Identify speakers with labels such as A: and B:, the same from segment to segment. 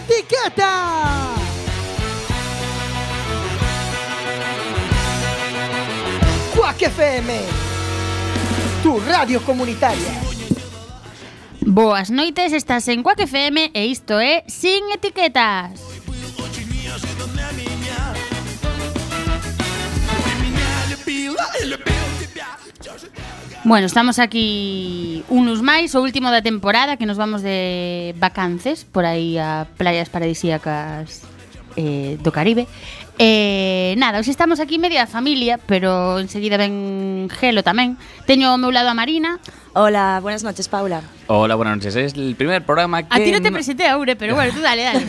A: etiqueta. Quack FM, tu radio comunitaria.
B: Boas noites, estás en Cuac FM e isto é Sin Etiquetas. Bueno, estamos aquí unos máis, o último da temporada que nos vamos de vacances por aí a playas paradisíacas eh, do Caribe. Eh, nada, hoxe estamos aquí media familia, pero enseguida ven Gelo tamén. Teño ao meu lado a Marina.
C: Hola, buenas noches, Paula.
D: Hola, buenas noches. Es el primer programa que
B: A ti no te
D: Eh, no-
B: presenté a Ure, pero bueno, tú dale, dale.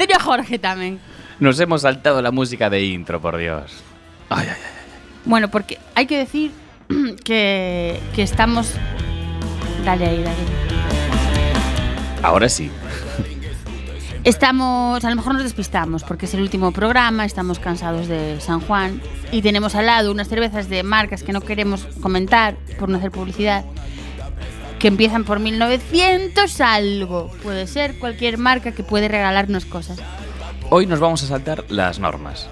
B: Teño a Jorge tamén.
D: nos hemos saltado la música de intro, por Dios. Ay, ay, ay.
B: Bueno, porque hay que decir que, que estamos... Dale ahí, dale.
D: Ahora sí.
B: Estamos, a lo mejor nos despistamos, porque es el último programa, estamos cansados de San Juan y tenemos al lado unas cervezas de marcas que no queremos comentar por no hacer publicidad, que empiezan por 1900 algo. Puede ser cualquier marca que puede regalarnos cosas.
D: Hoy nos vamos a saltar las normas.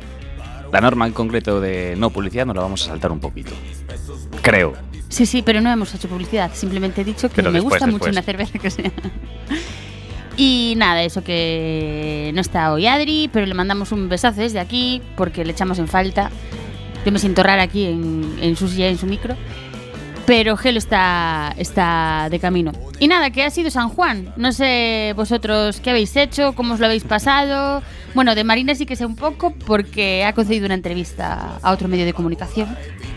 D: La norma en concreto de no publicidad nos la vamos a saltar un poquito. Creo.
B: Sí, sí, pero no hemos hecho publicidad. Simplemente he dicho que
D: Pero
B: me
D: después,
B: gusta mucho
D: después.
B: una cerveza que sea. Y nada, eso que no está hoy Adri, pero le mandamos un besazo desde aquí porque le echamos en falta. Yo me siento rara aquí en, en su silla, en su micro. Pero Gelo está, está de camino. Y nada, que ha sido San Juan. No sé vosotros qué habéis hecho, cómo os lo habéis pasado. Bueno, de Marina sí que sé un poco porque ha concedido una entrevista a otro medio de comunicación.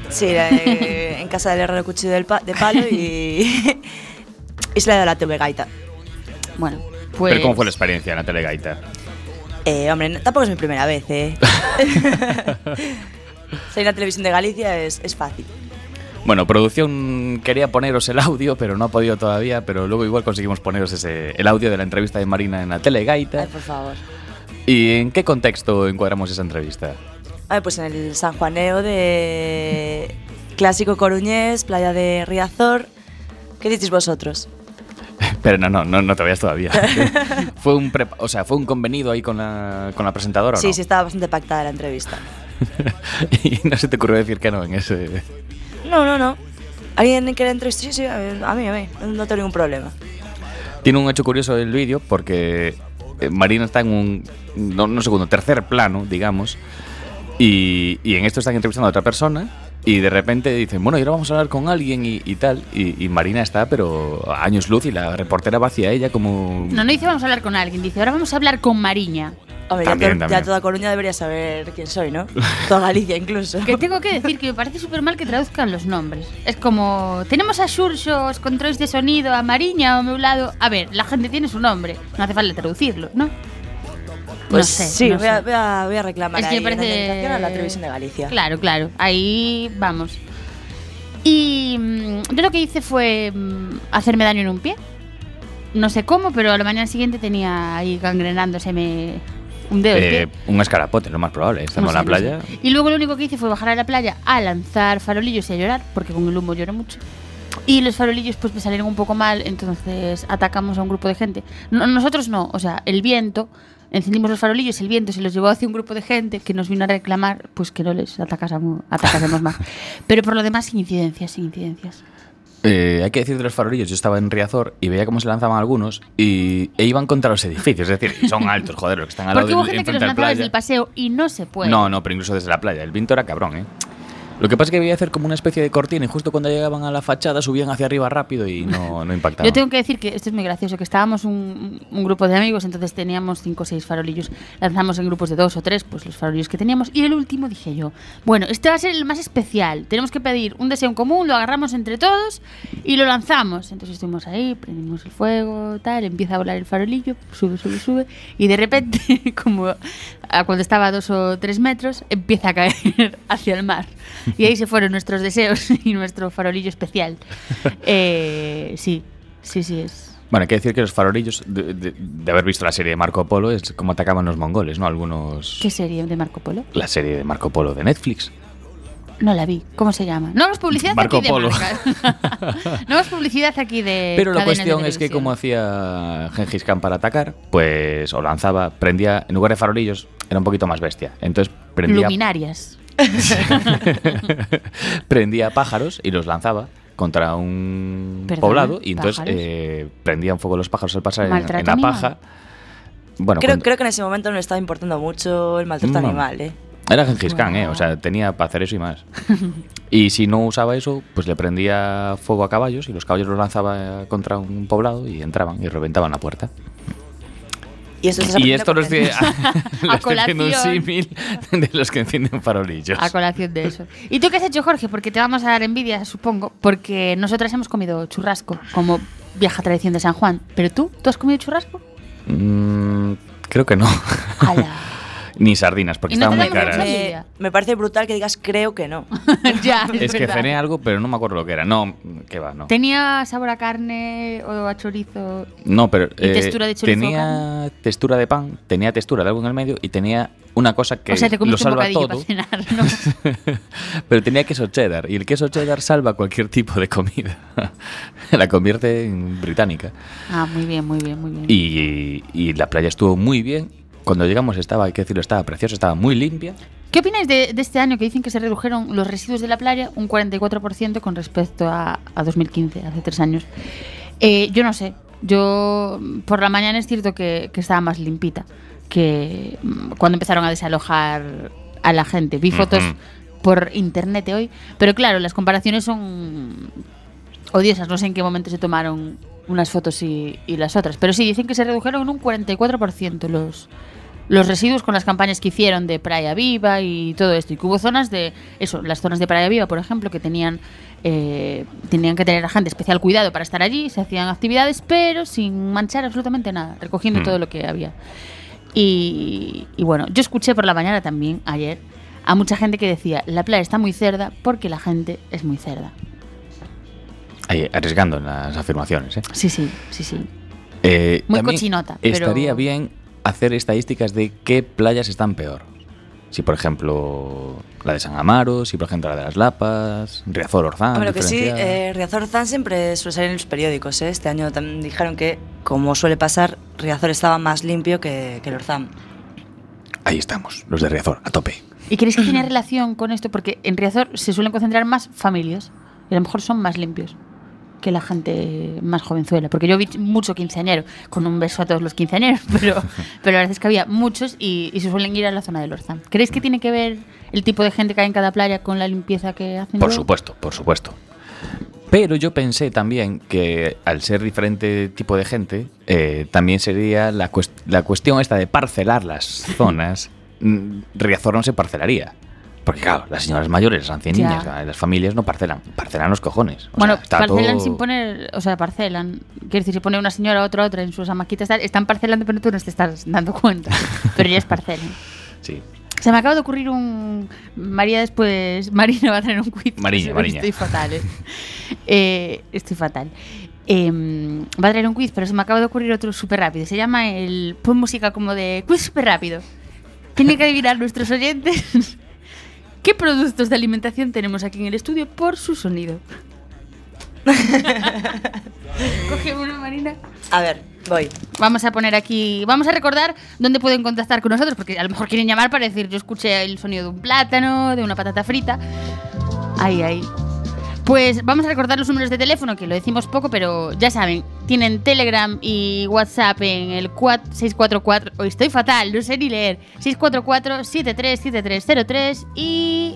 C: Sí, eh, en casa del herrero cuchillo del pa- de palo y Isla de la TV Gaita.
B: Bueno, pues...
D: Pero ¿cómo fue la experiencia en la telegaita?
C: Eh, hombre, no- tampoco es mi primera vez, ¿eh? Salir a la televisión de Galicia es, es fácil.
D: Bueno, producción quería poneros el audio, pero no ha podido todavía, pero luego igual conseguimos poneros ese, el audio de la entrevista de Marina en la telegaita.
C: Ay, por favor.
D: ¿Y en qué contexto encuadramos esa entrevista?
C: Ay, pues en el San Juaneo de Clásico Coruñés, playa de Riazor. ¿Qué dices vosotros?
D: Pero no, no, no, no te vayas todavía. fue un prepa- o sea, fue un convenido ahí con la, con la presentadora. ¿o
C: sí,
D: no?
C: sí, estaba bastante pactada la entrevista.
D: y no se te ocurrió decir que no en ese.
C: No, no, no. ¿Alguien quiere entrevistar? Sí, sí, a mí, a mí. No tengo ningún problema.
D: Tiene un hecho curioso el vídeo porque eh, Marina está en un no, no segundo, tercer plano, digamos, y, y en esto están entrevistando a otra persona y de repente dicen, bueno, y ahora vamos a hablar con alguien y, y tal, y, y Marina está, pero a años luz y la reportera va hacia ella como...
B: No, no dice vamos a hablar con alguien, dice ahora vamos a hablar con Mariña.
C: Hombre, ya
D: También,
C: to- ya,
D: también.
C: toda Coruña debería saber quién soy, ¿no? Toda Galicia incluso.
B: Que tengo que decir que me parece súper mal que traduzcan los nombres. Es como, tenemos a Xurxo, os controis de sonido, a Mariña a meu lado. A ver, la gente tiene su nombre, no hace falta traducirlo, ¿no? no
C: Pues
B: sé.
C: sí,
B: no
C: voy, a,
B: sé.
C: voy a- voy a reclamar
B: Es que
C: ahí
B: me
C: una
B: parece-
C: indemnización a la televisión de Galicia.
B: Claro, claro, ahí vamos. Y mm, yo lo que hice fue mm, hacerme daño en un pie. No sé cómo, pero a la mañana siguiente tenía ahí gangrenándoseme un dedo. del
D: eh,
B: pie.
D: un escarapote, lo más probable, estando
B: No sé,
D: en la playa.
B: no sé. Y luego lo único que hice fue bajar a la playa a lanzar farolillos y a llorar, porque con el humo lloro mucho. Y los farolillos pues me salieron un poco mal, entonces atacamos a un grupo de gente. No- nosotros no, o sea, el viento, encendimos los farolillos, el viento se los llevó hacia un grupo de gente que nos vino a reclamar pues que no les atacásemos, atacásemos más. Pero por lo demás, sin incidencias, sin incidencias.
D: Eh, hay que decir de los farolillos, yo estaba en Riazor y veía cómo se lanzaban algunos y, e iban contra los edificios, es decir, son altos, joder, los que están al lado
B: Porque hubo
D: del-
B: gente que los
D: enfrente al
B: lanzaba desde
D: playa.
B: el paseo y no se puede.
D: No, no, pero incluso desde la playa, el viento era cabrón, ¿eh? Lo que pasa es que debía hacer como una especie de cortina y justo cuando llegaban a la fachada subían hacia arriba rápido y no, no impactaban.
B: Yo tengo que decir que esto es muy gracioso, que estábamos un, un grupo de amigos, entonces teníamos cinco o seis farolillos, lanzamos en grupos de dos o tres, pues los farolillos que teníamos, y el último dije yo, bueno, este va a ser el más especial, tenemos que pedir un deseo en común, lo agarramos entre todos y lo lanzamos. Entonces estuvimos ahí, prendimos el fuego, tal, empieza a volar el farolillo, sube, sube, sube, y de repente, como a cuando estaba a dos o tres metros, empieza a caer hacia el mar. Y ahí se fueron nuestros deseos y nuestro farolillo especial. Eh, sí, sí, sí es.
D: Bueno, hay que decir que los farolillos, de, de- de haber visto la serie de Marco Polo, es como atacaban los mongoles, ¿no? Algunos...
B: ¿Qué sería de Marco Polo?
D: La serie de Marco Polo de Netflix.
B: No la vi. ¿Cómo se llama? No hagas publicidad
D: Marco
B: aquí de
D: Polo.
B: marcas. no hagas publicidad aquí de
D: Pero la
B: cadenas Eh, de
D: cuestión es que
B: televisión.
D: como hacía Gengis Khan para atacar, pues o lanzaba, prendía, en lugar de farolillos, era un poquito más bestia. Entonces prendía,
B: Luminarias.
D: prendía pájaros y los lanzaba contra un
B: Perdona,
D: poblado y entonces
B: ¿pájaros?
D: eh, prendían fuego los pájaros al pasar en, en
B: Maltrato
D: la
B: animal.
D: paja. Bueno,
C: Creo,
D: cuando- Mm.
C: creo que en ese momento no le estaba importando mucho el maltrato
D: No.
C: animal, ¿eh?
D: Era Gengis Khan, ¿eh? O sea, tenía para hacer eso y más. Y si no usaba eso, pues le prendía fuego a caballos y los caballos los lanzaba contra un poblado y entraban y reventaban la puerta.
C: Y, esto, estás
D: Y
C: aprendiendo
D: esto
C: por
D: lo estoy,
C: dentro.
D: le estoy haciendo un
B: colación.
D: símil de los que encienden farolillos.
B: A colación de eso. ¿Y tú qué has hecho, Jorge? Porque te vamos a dar envidia, supongo. Porque nosotras hemos comido churrasco, como vieja tradición de San Juan. Pero tú, ¿tú has comido churrasco?
D: Mm, creo que no.
B: ¡Hala!
D: Ni sardinas, porque
B: Y no
D: estaban muy
B: te dan
D: caras.
B: mucho
C: me, me parece brutal que digas creo que no.
B: ya, es,
D: Es que
B: verdad.
D: cené algo, pero no me acuerdo lo que era. No, que va, no.
B: ¿Tenía sabor a carne o a chorizo?
D: No, pero eh,
B: ¿Y textura de chorizo
D: tenía textura de pan, tenía textura de algo en el medio y tenía una cosa que
B: o sea, te
D: lo
B: comiste un
D: salva
B: bocadillo
D: todo,
B: para cenar, ¿no?
D: pero tenía queso cheddar y el queso cheddar salva cualquier tipo de comida. La convierte en británica.
B: Ah, muy bien, muy bien, muy bien.
D: Y, y la playa estuvo muy bien. Cuando llegamos estaba, hay que decirlo, estaba preciosa, estaba muy limpia.
B: ¿Qué opináis de, de este año que dicen que se redujeron los residuos de la playa un 44% con respecto a, a 2015, hace tres años? Eh, yo no sé. Yo mm, por la mañana es cierto que, que estaba más limpita que mm, cuando empezaron a desalojar a la gente. Vi fotos por internet hoy, pero claro, las comparaciones son odiosas. No sé en qué momento se tomaron unas fotos y, y las otras. Pero sí, dicen que se redujeron en un 44% los, los residuos con las campañas que hicieron de Praia Viva y todo esto. Y que hubo zonas de, eso, las zonas de Praia Viva, por ejemplo, que tenían, eh, tenían que tener a gente especial cuidado para estar allí, se hacían actividades, pero sin manchar absolutamente nada, recogiendo
D: Mm.
B: todo lo que había. Y, y bueno, yo escuché por la mañana también, ayer, a mucha gente que decía, la playa está muy cerda porque la gente es muy cerda.
D: Ahí, arriesgando en las afirmaciones. ¿eh?
B: Sí, sí, sí, sí.
D: Eh,
B: Muy
D: también
B: cochinota, pero-
D: Estaría bien hacer estadísticas de qué playas están peor. Si, por ejemplo, la de San Amaro, si, por ejemplo, la de Las Lapas, Riazor, Orzán.
C: Hombre, lo que sí,
D: diferenciada.
C: eh, Riazor Zan siempre suele salir en los periódicos, ¿eh? Este año también dijeron que, como suele pasar, Riazor estaba más limpio que, que el Orzán.
D: Ahí estamos, los de Riazor, a tope.
B: ¿Y creéis que tiene relación con esto? Porque en Riazor se suelen concentrar más familias y a lo mejor son más limpios que la gente más jovenzuela. Porque yo vi mucho quinceañero, con un beso a todos los quinceañeros, pero, pero la verdad es que había muchos y, y se suelen ir a la zona del Orzán. ¿Creéis que tiene que ver el tipo de gente que hay en cada playa con la limpieza que hacen?
D: Por
B: luego?
D: supuesto, por supuesto. Pero yo pensé también que al ser diferente tipo de gente, eh, también sería la, cues- la cuestión esta de parcelar las zonas. Mm, Riazor no se parcelaría. Porque claro, las señoras mayores, las ancianiñas,
B: Ya.
D: la- las familias no parcelan. Parcelan los cojones. O
B: Bueno,
D: sea, está
B: parcelan
D: todo-
B: sin poner, o sea, parcelan. Quiero decir, si pone una señora, otra, otra en sus hamaquitas, tal, están parcelando, pero tú no te estás dando cuenta. Pero ellas parcelan.
D: Sí.
B: Se me acaba de ocurrir un. María después. Marina va a tener un quiz.
D: Mariña,
B: Estoy-
D: Mariña.
B: Estoy fatal, eh. Eh, estoy fatal. Eh, va a traer un quiz, pero se me acaba de ocurrir otro súper rápido. Se llama el. Pon música como de quiz súper rápido. Tienen que adivinar nuestros oyentes qué productos de alimentación tenemos aquí en el estudio por su sonido. Coge una, Marina.
C: A ver, voy.
B: Vamos a poner aquí, vamos a recordar dónde pueden contactar con nosotros, porque a lo mejor quieren llamar para decir, yo escuché el sonido de un plátano, de una patata frita. Ahí, ahí. Pues vamos a recordar los números de teléfono, que lo decimos poco, pero ya saben, tienen Telegram y WhatsApp en el 4 644, hoy estoy fatal, no sé ni leer, 644-737303 y...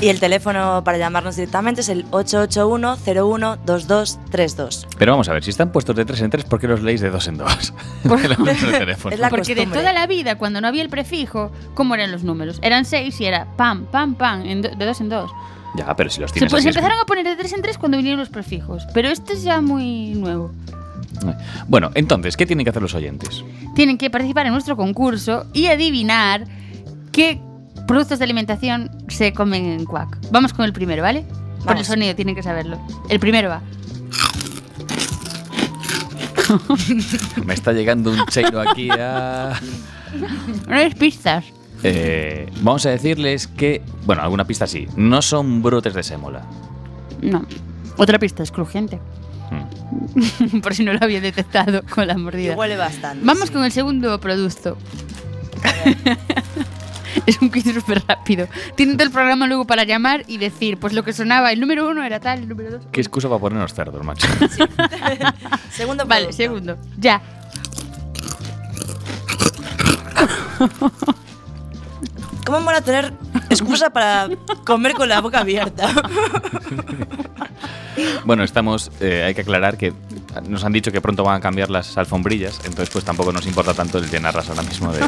C: Y el teléfono para llamarnos directamente es el 881-01-2232.
D: Pero vamos a ver, si están puestos de tres en tres, ¿por qué los leéis de dos en dos? El número de teléfono.
C: Es la-
B: Porque de
C: costumbre.
B: toda la vida, cuando no había el prefijo, ¿cómo eran los números? Eran seis y era pam, pam, pam, en do- de dos en dos.
D: Ya, pero si los
B: Se,
D: tienes
B: pues
D: así es-
B: empezaron a poner de tres en tres cuando vinieron los prefijos, pero esto es ya muy nuevo.
D: Bueno, entonces, ¿qué tienen que hacer los oyentes?
B: Tienen que participar en nuestro concurso y adivinar qué productos de alimentación se comen en Cuac. Vamos con el primero, ¿vale? Por el
C: Vamos.
B: sonido tienen que saberlo. El primero va.
D: Me está llegando un cheiro aquí a...
B: No es pistas.
D: eh, vamos a decirles que, bueno, alguna pista sí, no son brotes de sémola.
B: No. Otra pista, es crujiente.
D: Mm.
B: Por si no lo había detectado con la mordida.
C: Huele bastante.
B: Vamos
C: sí.
B: con el segundo producto. es un quiz súper rápido. Tienen todo el programa luego para llamar y decir, pues lo que sonaba, el número uno era tal, el número dos.
D: ¿Qué excusa para ponernos cerdos, macho?
C: Segundo
B: Vale,
C: producto.
B: segundo. Ya.
C: ¿Cómo mola tener excusa para comer con la boca abierta?
D: bueno, estamos, eh, hay que aclarar que nos han dicho que pronto van a cambiar las alfombrillas, entonces pues tampoco nos importa tanto el llenarlas ahora mismo de...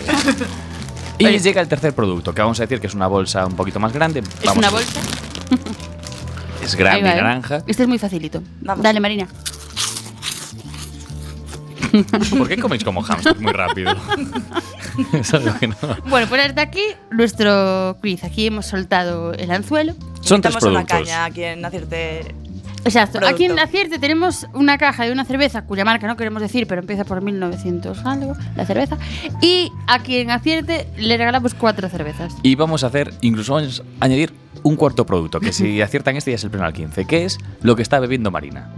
D: Y llega el tercer producto, que vamos a decir que es una bolsa un poquito más grande.
B: Es
D: Vamos
B: una
D: a-
B: bolsa.
D: Es
B: Ahí
D: grande,
B: va, ¿eh?
D: naranja.
B: Este es muy facilito.
C: Vamos.
B: Dale, Marina.
D: ¿Por qué coméis como hamster muy rápido? Eso es lo que no-
B: Bueno, pues hasta aquí nuestro quiz. Aquí hemos soltado el anzuelo.
D: Son tres
C: Estamos en la
B: ¿eh?
D: productos.
C: caña a quien acierte.
B: Exacto.
C: Producto.
B: Aquí en la Cierte tenemos una caja de una cerveza cuya marca no queremos decir, pero empieza por 1900 algo, la cerveza. Y a quien acierte le regalamos cuatro cervezas.
D: Y vamos a hacer, incluso vamos a añadir un cuarto producto, que si aciertan este ya es el pleno al 15, que es lo que está bebiendo Marina.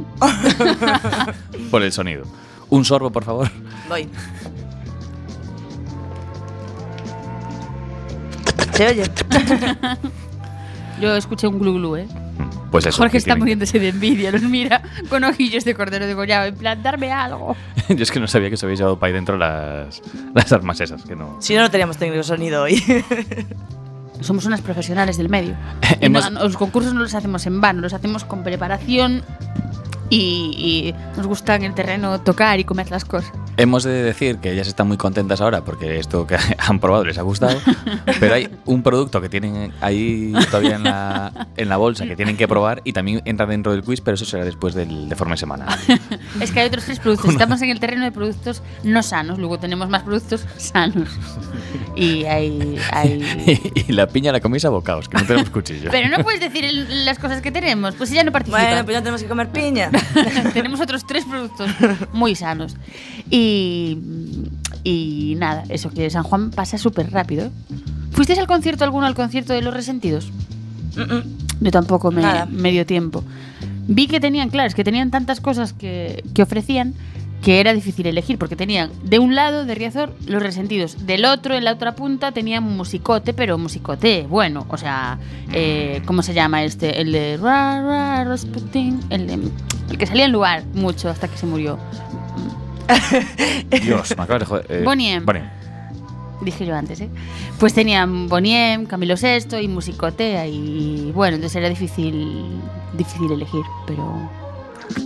D: por el sonido. Un sorbo, por favor.
C: Voy. ¿Se oye?
B: Yo escuché un glu glu, ¿eh?
D: Pues eso.
B: Jorge
D: que
B: está
D: tienen-
B: muriéndese de envidia, los mira con ojillos de cordero de gollado, en plan, darme algo.
D: Yo es que no sabía que se habéis llevado para ahí dentro las, las armas esas, que no.
C: Si no, no teníamos técnico de sonido hoy.
B: Somos unas profesionales del medio. Y
D: Hemos-
B: no- los concursos no los hacemos en vano, los hacemos con preparación y, y nos gusta en el terreno tocar y comer las cosas.
D: Hemos de decir que ellas están muy contentas ahora porque esto que han probado les ha gustado, pero hay un producto que tienen ahí todavía en la, en la bolsa que tienen que probar y también entra dentro del quiz, pero eso será después del deforme semana.
B: Es que hay otros tres productos. Estamos en el terreno de productos no sanos. Luego tenemos más productos sanos. Y hay. hay-
D: Y, y la piña la coméis a bocados, que no tenemos cuchillo.
B: Pero no puedes decir el- las cosas que tenemos. Pues ella no participa.
C: Bueno, pues ya tenemos que comer piña.
B: tenemos otros tres productos muy sanos. Y. Y nada, eso que San Juan pasa súper rápido. ¿eh? ¿Fuisteis al concierto alguno, al concierto de los resentidos?
C: Mm, mm.
B: Yo tampoco me,
C: Nada.
B: me dio tiempo. Vi que tenían, claro, es que tenían tantas cosas que, que ofrecían que era difícil elegir, porque tenían de un lado de Riazor los resentidos, del otro, en la otra punta, tenían musicote, pero musicote, bueno, o sea, eh, ¿cómo se llama este? El de Ra, Ra, Rasputin, el, de, el que salía en lugar mucho hasta que se murió.
D: Dios, me acabas de joder. eh,
B: Bonnie M.
D: Bonnie.
B: Dije yo antes, ¿eh? Pues tenían Boniem, Camilo VI y Musicotea y bueno, entonces era difícil, difícil elegir, pero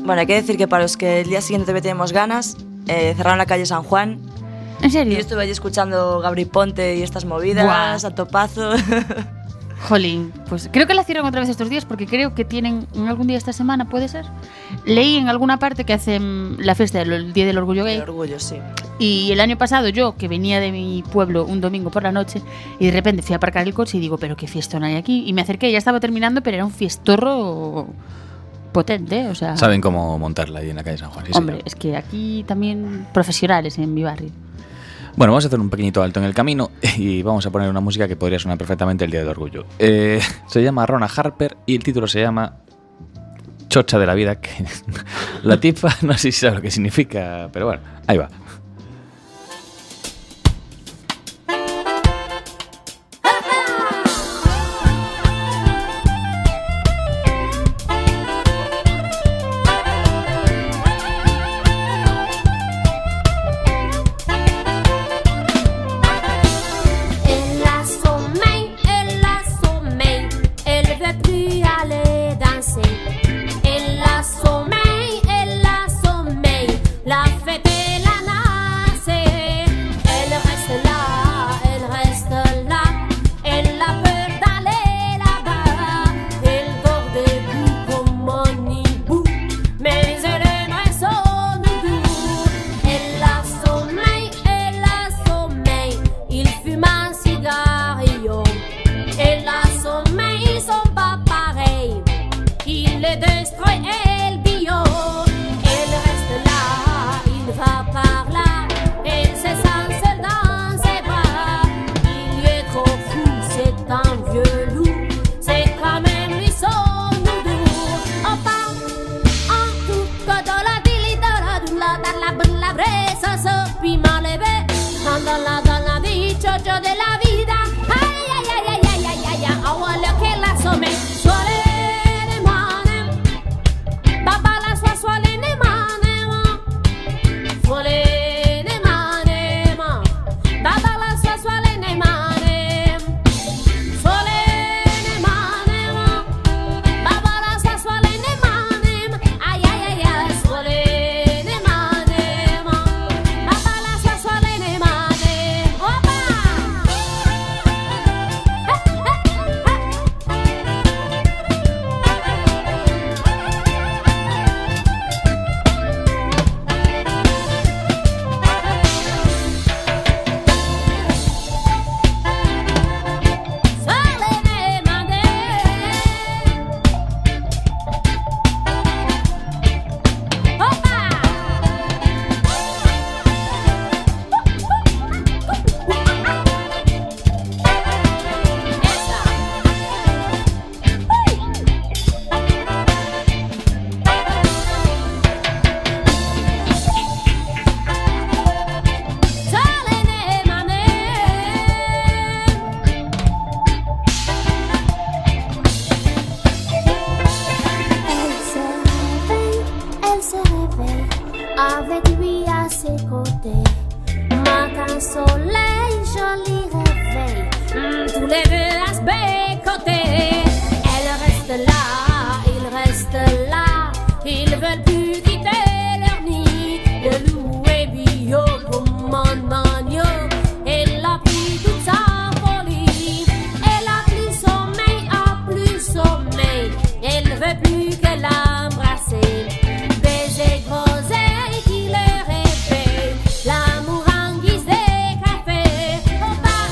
C: Bueno, hay que decir que para los que el día siguiente todavía tenemos ganas, eh, cerraron la calle San Juan.
B: ¿En
C: Y yo
B: serio?
C: estuve allí escuchando Gabri Ponte y estas movidas,
B: Buah.
C: a topazo.
B: Jolín, pues creo que la cierran otra vez estos días porque creo que tienen en algún día esta semana, ¿puede ser? Leí en alguna parte que hacen la fiesta del Día del Orgullo
C: El
B: Gay
C: orgullo, sí.
B: y el año pasado yo, que venía de mi pueblo un domingo por la noche y de repente fui a aparcar el coche y digo, pero qué fiestón hay aquí. Y me acerqué, ya estaba terminando, pero era un fiestorro potente, o sea...
D: Saben cómo montarla ahí en la calle San Juan. sí,
B: Ah. Hombre,
D: señor.
B: es que aquí también profesionales en mi barrio.
D: Bueno, vamos a hacer un pequeñito alto en el camino y vamos a poner una música que podría sonar perfectamente el Día del Orgullo. Eh, se llama Rona Harper y el título se llama Chocha de la Vida. Que la tipa no sé si sabe lo que significa, pero bueno, ahí va.
E: Elle a son main, elle a son main, elle veut plus aller danser. Elle a son main, elle a son main, la fête est la nage. e e e e ses côtés. Matin, soleil, joli réveil. Hum, tous les deux à se bécoter. Elle reste là, il reste là. Ils veulent plus quitter leur nid. Le loup est bio, commandement, yo. Elle a pris toute sa folie. Elle a plus sommeil, a plus sommeil. Elle ne veut plus que l'embrasser. Baiser groseille qui le réveille. e L'amour en guise de café. Au bar,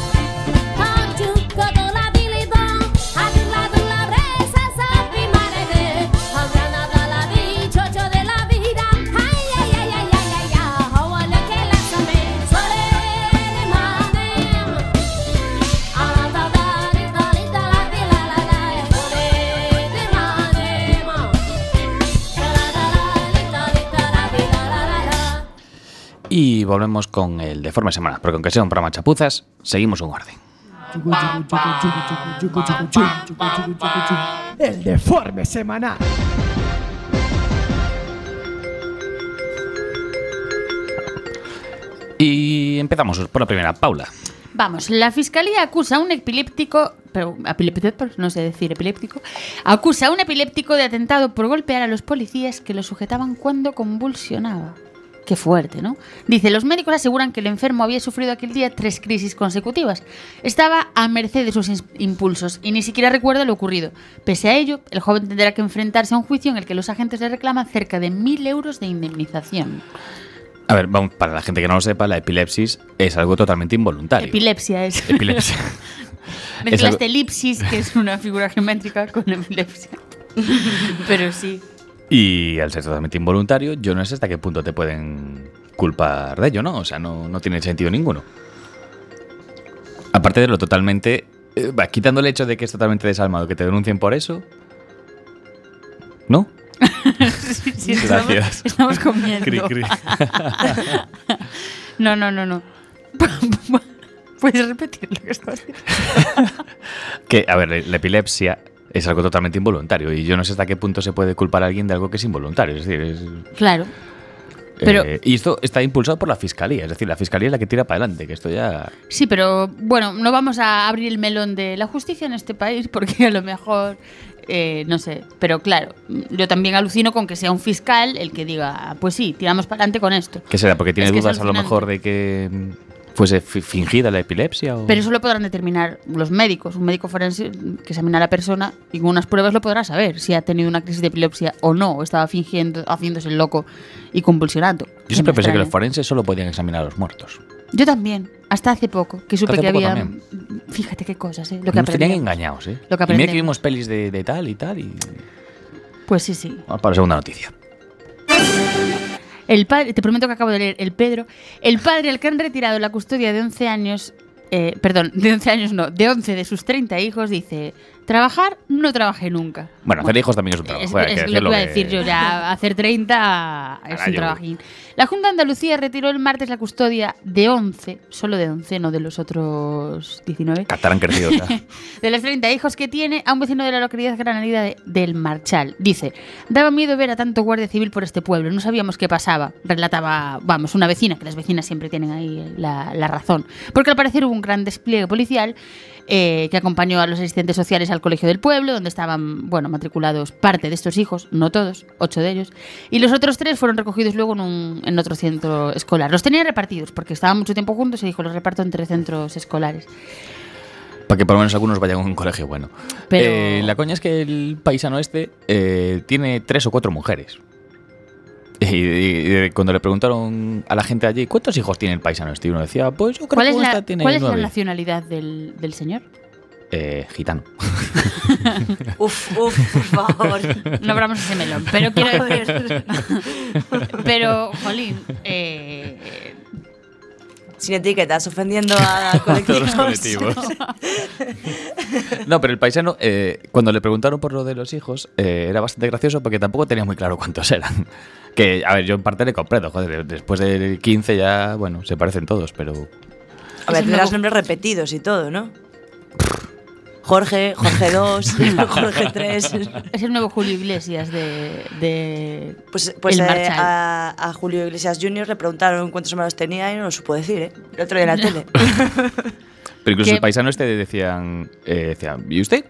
E: en juco dans la bilibon. A tu la de la brisa, sa primarede. En Granada la vie, chocho de la vida. Ay, ay, ay, ay, ay, ay, ay. Oh, le que la sommeil. Soleil, manem.
D: Y volvemos con el de forma semana, porque aunque sea un programa chapuzas, seguimos un orden.
A: El deforme semanal.
D: Y empezamos por la primera, Paula.
B: Vamos, la fiscalía acusa a un epiléptico, pero epiléptico, no sé decir epiléptico, acusa a un epiléptico de atentado por golpear a los policías que lo sujetaban cuando convulsionaba. Qué fuerte, ¿no? Dice, los médicos aseguran que el enfermo había sufrido aquel día tres crisis consecutivas. Estaba a merced de sus ins- impulsos y ni siquiera recuerda lo ocurrido. Pese a ello, el joven tendrá que enfrentarse a un juicio en el que los agentes le reclaman cerca de mil euros de indemnización.
D: A ver, vamos, para la gente que no lo sepa, la epilepsis es algo totalmente involuntario.
B: Epilepsia es.
D: Epilepsia. Es algo-
B: Mezclaste elipsis, que es una figura geométrica, con epilepsia. Pero sí.
D: Y al ser totalmente involuntario, yo no sé hasta qué punto te pueden culpar de ello, ¿no? O sea, no, no tiene sentido ninguno. Aparte de lo totalmente... eh, va, quitando el hecho de que es totalmente desalmado, que te denuncien por eso... ¿No?
B: Sí, sí,
D: Gracias.
B: Estamos, estamos comiendo.
D: Cri, cri.
B: No, no, no, no. Puedes repetir lo que estabas diciendo.
D: Que, a ver, la epilepsia es algo totalmente involuntario y yo no sé hasta qué punto se puede culpar a alguien de algo que es involuntario. Es decir, es,
B: Claro. Pero-
D: eh, y esto está impulsado por la fiscalía, es decir, la fiscalía es la que tira para adelante, que esto ya...
B: Sí, pero bueno, no vamos a abrir el melón de la justicia en este país porque a lo mejor, eh, no sé, pero claro, yo también alucino con que sea un fiscal el que diga, "Ah, pues sí, tiramos para adelante con esto.
D: ¿Qué será? ¿Porque tiene
B: Es que es
D: dudas a lo
B: alucinante.
D: mejor de que mm, fuese fi- fingida la epilepsia? O...
B: Pero eso lo podrán determinar los médicos. Un médico forense que examina a la persona y con unas pruebas lo podrá saber si ha tenido una crisis de epilepsia o no, o estaba fingiendo, haciéndose el loco y convulsionando.
D: Yo siempre pensé que los
B: forenses
D: forenses solo podían examinar a los muertos.
B: Yo también, hasta hace poco, que supe
D: Hasta
B: que
D: hace poco
B: había...
D: también.
B: Fíjate qué cosas, ¿eh? Lo que
D: Nos tenían
B: aprendí.
D: engañados, ¿eh?
B: Lo que
D: Y mira que
B: aprendemos.
D: vimos pelis de, de tal y tal y...
B: Pues sí, sí.
D: Vamos para la segunda noticia.
B: El padre, te prometo que acabo de leer el Pedro, el padre al que han retirado la custodia de 11 años, eh, perdón, de 11 años no, de 11 de sus 30 hijos, dice, trabajar no trabajé nunca.
D: Bueno, hacer hijos también es un trabajo.
B: Es,
D: hay que
B: es lo que iba
D: decirlo
B: a
D: que-
B: decir yo, ya hacer 30 es un
D: Carayo.
B: trabajín. La Junta de Andalucía retiró el martes la custodia de 11, solo de 11, no de los otros 19,
D: Catarán crecido, o sea.
B: de los 30 hijos que tiene a un vecino de la localidad granadina de- del Marchal. Dice, daba miedo ver a tanto guardia civil por este pueblo, no sabíamos qué pasaba, relataba, vamos, una vecina, que las vecinas siempre tienen ahí la, la razón. Porque al parecer hubo un gran despliegue policial eh, que acompañó a los asistentes sociales al colegio del pueblo, donde estaban, bueno, matriculados parte de estos hijos, no todos, ocho de ellos, y los otros tres fueron recogidos luego en, un- en otro centro escolar. Los tenía repartidos, porque estaban mucho tiempo juntos y dijo, los reparto entre centros escolares.
D: Para que por lo menos algunos vayan a un colegio bueno.
B: Pero-
D: Eh, la coña es que el paisano este eh, tiene tres o cuatro mujeres. Y, y- y cuando le preguntaron a la gente allí, ¿cuántos hijos tiene el paisano este? Y uno decía, pues yo creo
B: ¿Cuál
D: que
B: es
D: esta
B: la,
D: tiene
B: cuál es la
D: nueve".
B: nacionalidad del, del señor?
D: Eh, gitano.
C: Uf, uf, por favor.
B: No abramos ese melón, pero quiero decir...
C: Joder.
B: pero, Jolín, eh,
C: Sin etiquetas, ofendiendo a colectivos.
D: no, pero el paisano, eh, cuando le preguntaron por lo de los hijos, eh, era bastante gracioso porque tampoco tenía muy claro cuántos eran. Que, a ver, yo en parte le comprendo, joder, después del 15 ya, bueno, se parecen todos, pero...
C: A ver,
B: Eso
C: tendrás
B: no-
C: nombres repetidos y todo, ¿no? Jorge, Jorge 2, Jorge 3.
B: Es el nuevo Julio Iglesias de. de
C: Pues, pues
B: El
C: eh,
B: Marchal.
C: a, a Julio Iglesias Jr. le preguntaron cuántos hermanos tenía y no lo supo decir, ¿eh? El otro día en la tele.
D: Pero incluso
B: Que-
D: el paisano este decían, eh, decían, ¿y usted?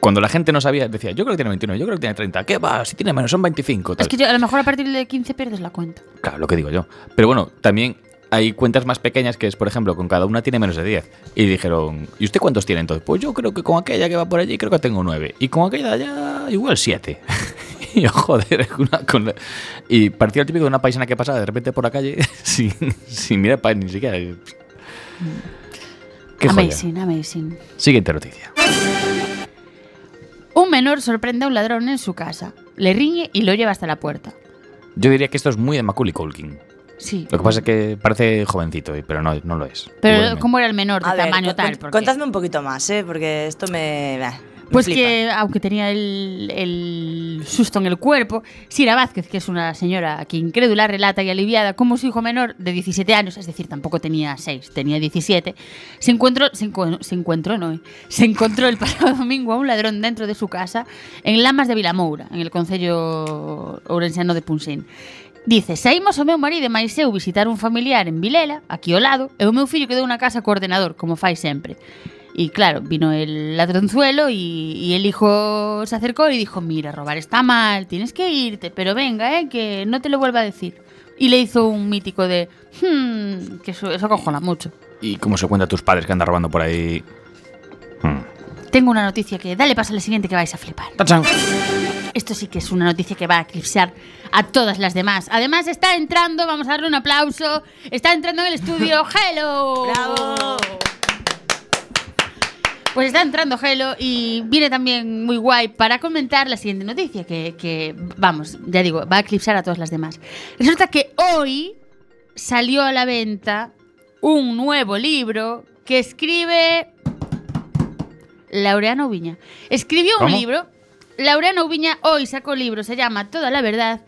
D: Cuando la gente no sabía, decía, yo creo que tiene 29, yo creo que tiene 30. ¿Qué va? Si tiene menos, son 25. tal.
B: Es que yo, a lo mejor a partir de 15 pierdes la cuenta.
D: Claro, lo que digo yo. Pero bueno, también hay cuentas más pequeñas que es, por ejemplo, con cada una tiene menos de 10. Y dijeron, ¿y usted cuántos tiene entonces? Pues yo creo que con aquella que va por allí creo que tengo 9. Y con aquella de allá igual 7. y yo, joder, una con la- Y parecía el típico de una paisana que pasaba de repente por la calle sin, sin mirar para ni siquiera.
B: Mm.
D: Qué joya.
B: amazing, amazing.
D: Siguiente noticia.
B: Un menor sorprende a un ladrón en su casa, le riñe y lo lleva hasta la puerta.
D: Yo diría que esto es muy de Macaulay Culkin.
B: Sí.
D: Lo que pasa es que parece jovencito, pero no, no lo es.
B: Pero
D: Igualmente.
B: ¿cómo era el menor de
C: A ver,
B: tamaño
C: cu-
B: tal?
C: cu-
B: Porque-
C: contadme un poquito más, ¿eh? Porque esto me. bah, me
B: Pues
C: flipa.
B: que, aunque tenía el, el susto en el cuerpo, Sira Vázquez, que es una señora que incrédula relata y aliviada cómo su hijo menor de 17 años, es decir, tampoco tenía 6, tenía 17, se encontró, se encu- se encontró, no, eh, se encontró el pasado domingo a un ladrón dentro de su casa en Lamas de Vilamoura, en el concello ourensiano de Punxín. Dice, saímos o meu marido e máis eu visitar un familiar en Vilela, aquí ao lado, e o meu fillo quedou na casa co ordenador, como fai sempre. Y claro, vino el ladronzuelo y, y el hijo se acercó y dijo, mira, robar está mal, tienes que irte, pero venga, eh, que no te lo vuelva a decir. Y le hizo un mítico de, "Hmm", que eso, eso acojona mucho.
D: ¿Y cómo se cuenta a tus padres que andan robando por ahí? Hmm.
B: Tengo una noticia que, dale paso a la siguiente que vais a flipar.
D: ¡Tachán!
B: Esto sí que es una noticia que va a eclipsar a todas las demás. Además está entrando, vamos a darle un aplauso, está entrando en el estudio, hello.
C: ¡Bravo!
B: Pues está entrando Gelo y viene también muy guay para comentar la siguiente noticia que, que, vamos, ya digo, va a eclipsar a todas las demás. Resulta que hoy salió a la venta un nuevo libro que escribe Laureano Viña. Escribió un
D: ¿Cómo?
B: libro, Laureano Viña hoy sacó libro, se llama Toda la Verdad.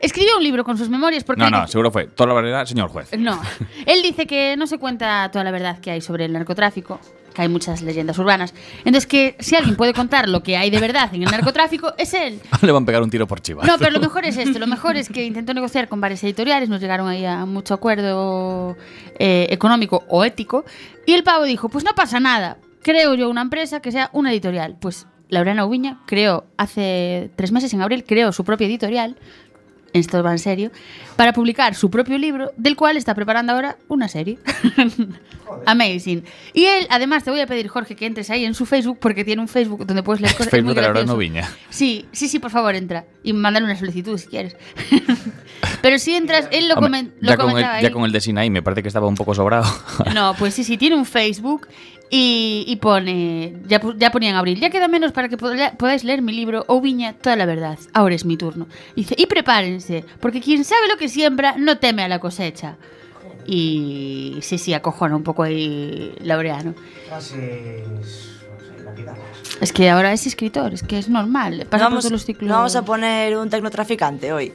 B: Escribió un libro con sus memorias porque...
D: No,
B: hay que-
D: no, seguro fue. Toda la verdad, señor juez.
B: no. Él dice que no se cuenta toda la verdad que hay sobre el narcotráfico, que hay muchas leyendas urbanas. Entonces, que si alguien puede contar lo que hay de verdad en el narcotráfico, es él.
D: Le van a pegar un tiro por chivas.
B: No, pero lo mejor es esto. Lo mejor es que intentó negociar con varias editoriales, no llegaron ahí a mucho acuerdo eh, económico o ético. Y el pavo dijo, pues no pasa nada. Creo yo una empresa que sea una editorial. Pues Laureana Ubiña creó hace tres meses, en abril, creó su propia editorial, esto va en serio, para publicar su propio libro, del cual está preparando ahora una serie. Amazing. Y él, además, te voy a pedir, Jorge, que entres ahí en su Facebook, porque tiene un Facebook donde puedes leer cosas. es
D: Facebook
B: muy
D: de la
B: gracioso.
D: no viña.
B: Sí, sí, sí, por favor, entra. Y mándale una solicitud si quieres. Pero si entras, él lo,
D: Eh, Hombre,
B: comen- lo
D: ya, con el,
B: comentaba
D: ya
B: ahí.
D: con el de Sinai me parece que estaba un poco sobrado.
B: No, pues sí, sí, tiene un Facebook y, y pone. Ya, pu- ya ponía en abril. Ya queda menos para que poda- podáis leer mi libro O Viña, toda la verdad. Ahora es mi turno. Dice, y prepárense, porque quien sabe lo que siembra no teme a la cosecha. Y sí, sí, acojona un poco ahí Laureano. Es que ahora es escritor, es que es normal. Pasa
C: No
B: por
C: vamos,
B: todos los ciclos.
C: no vamos a poner un tecnotraficante hoy.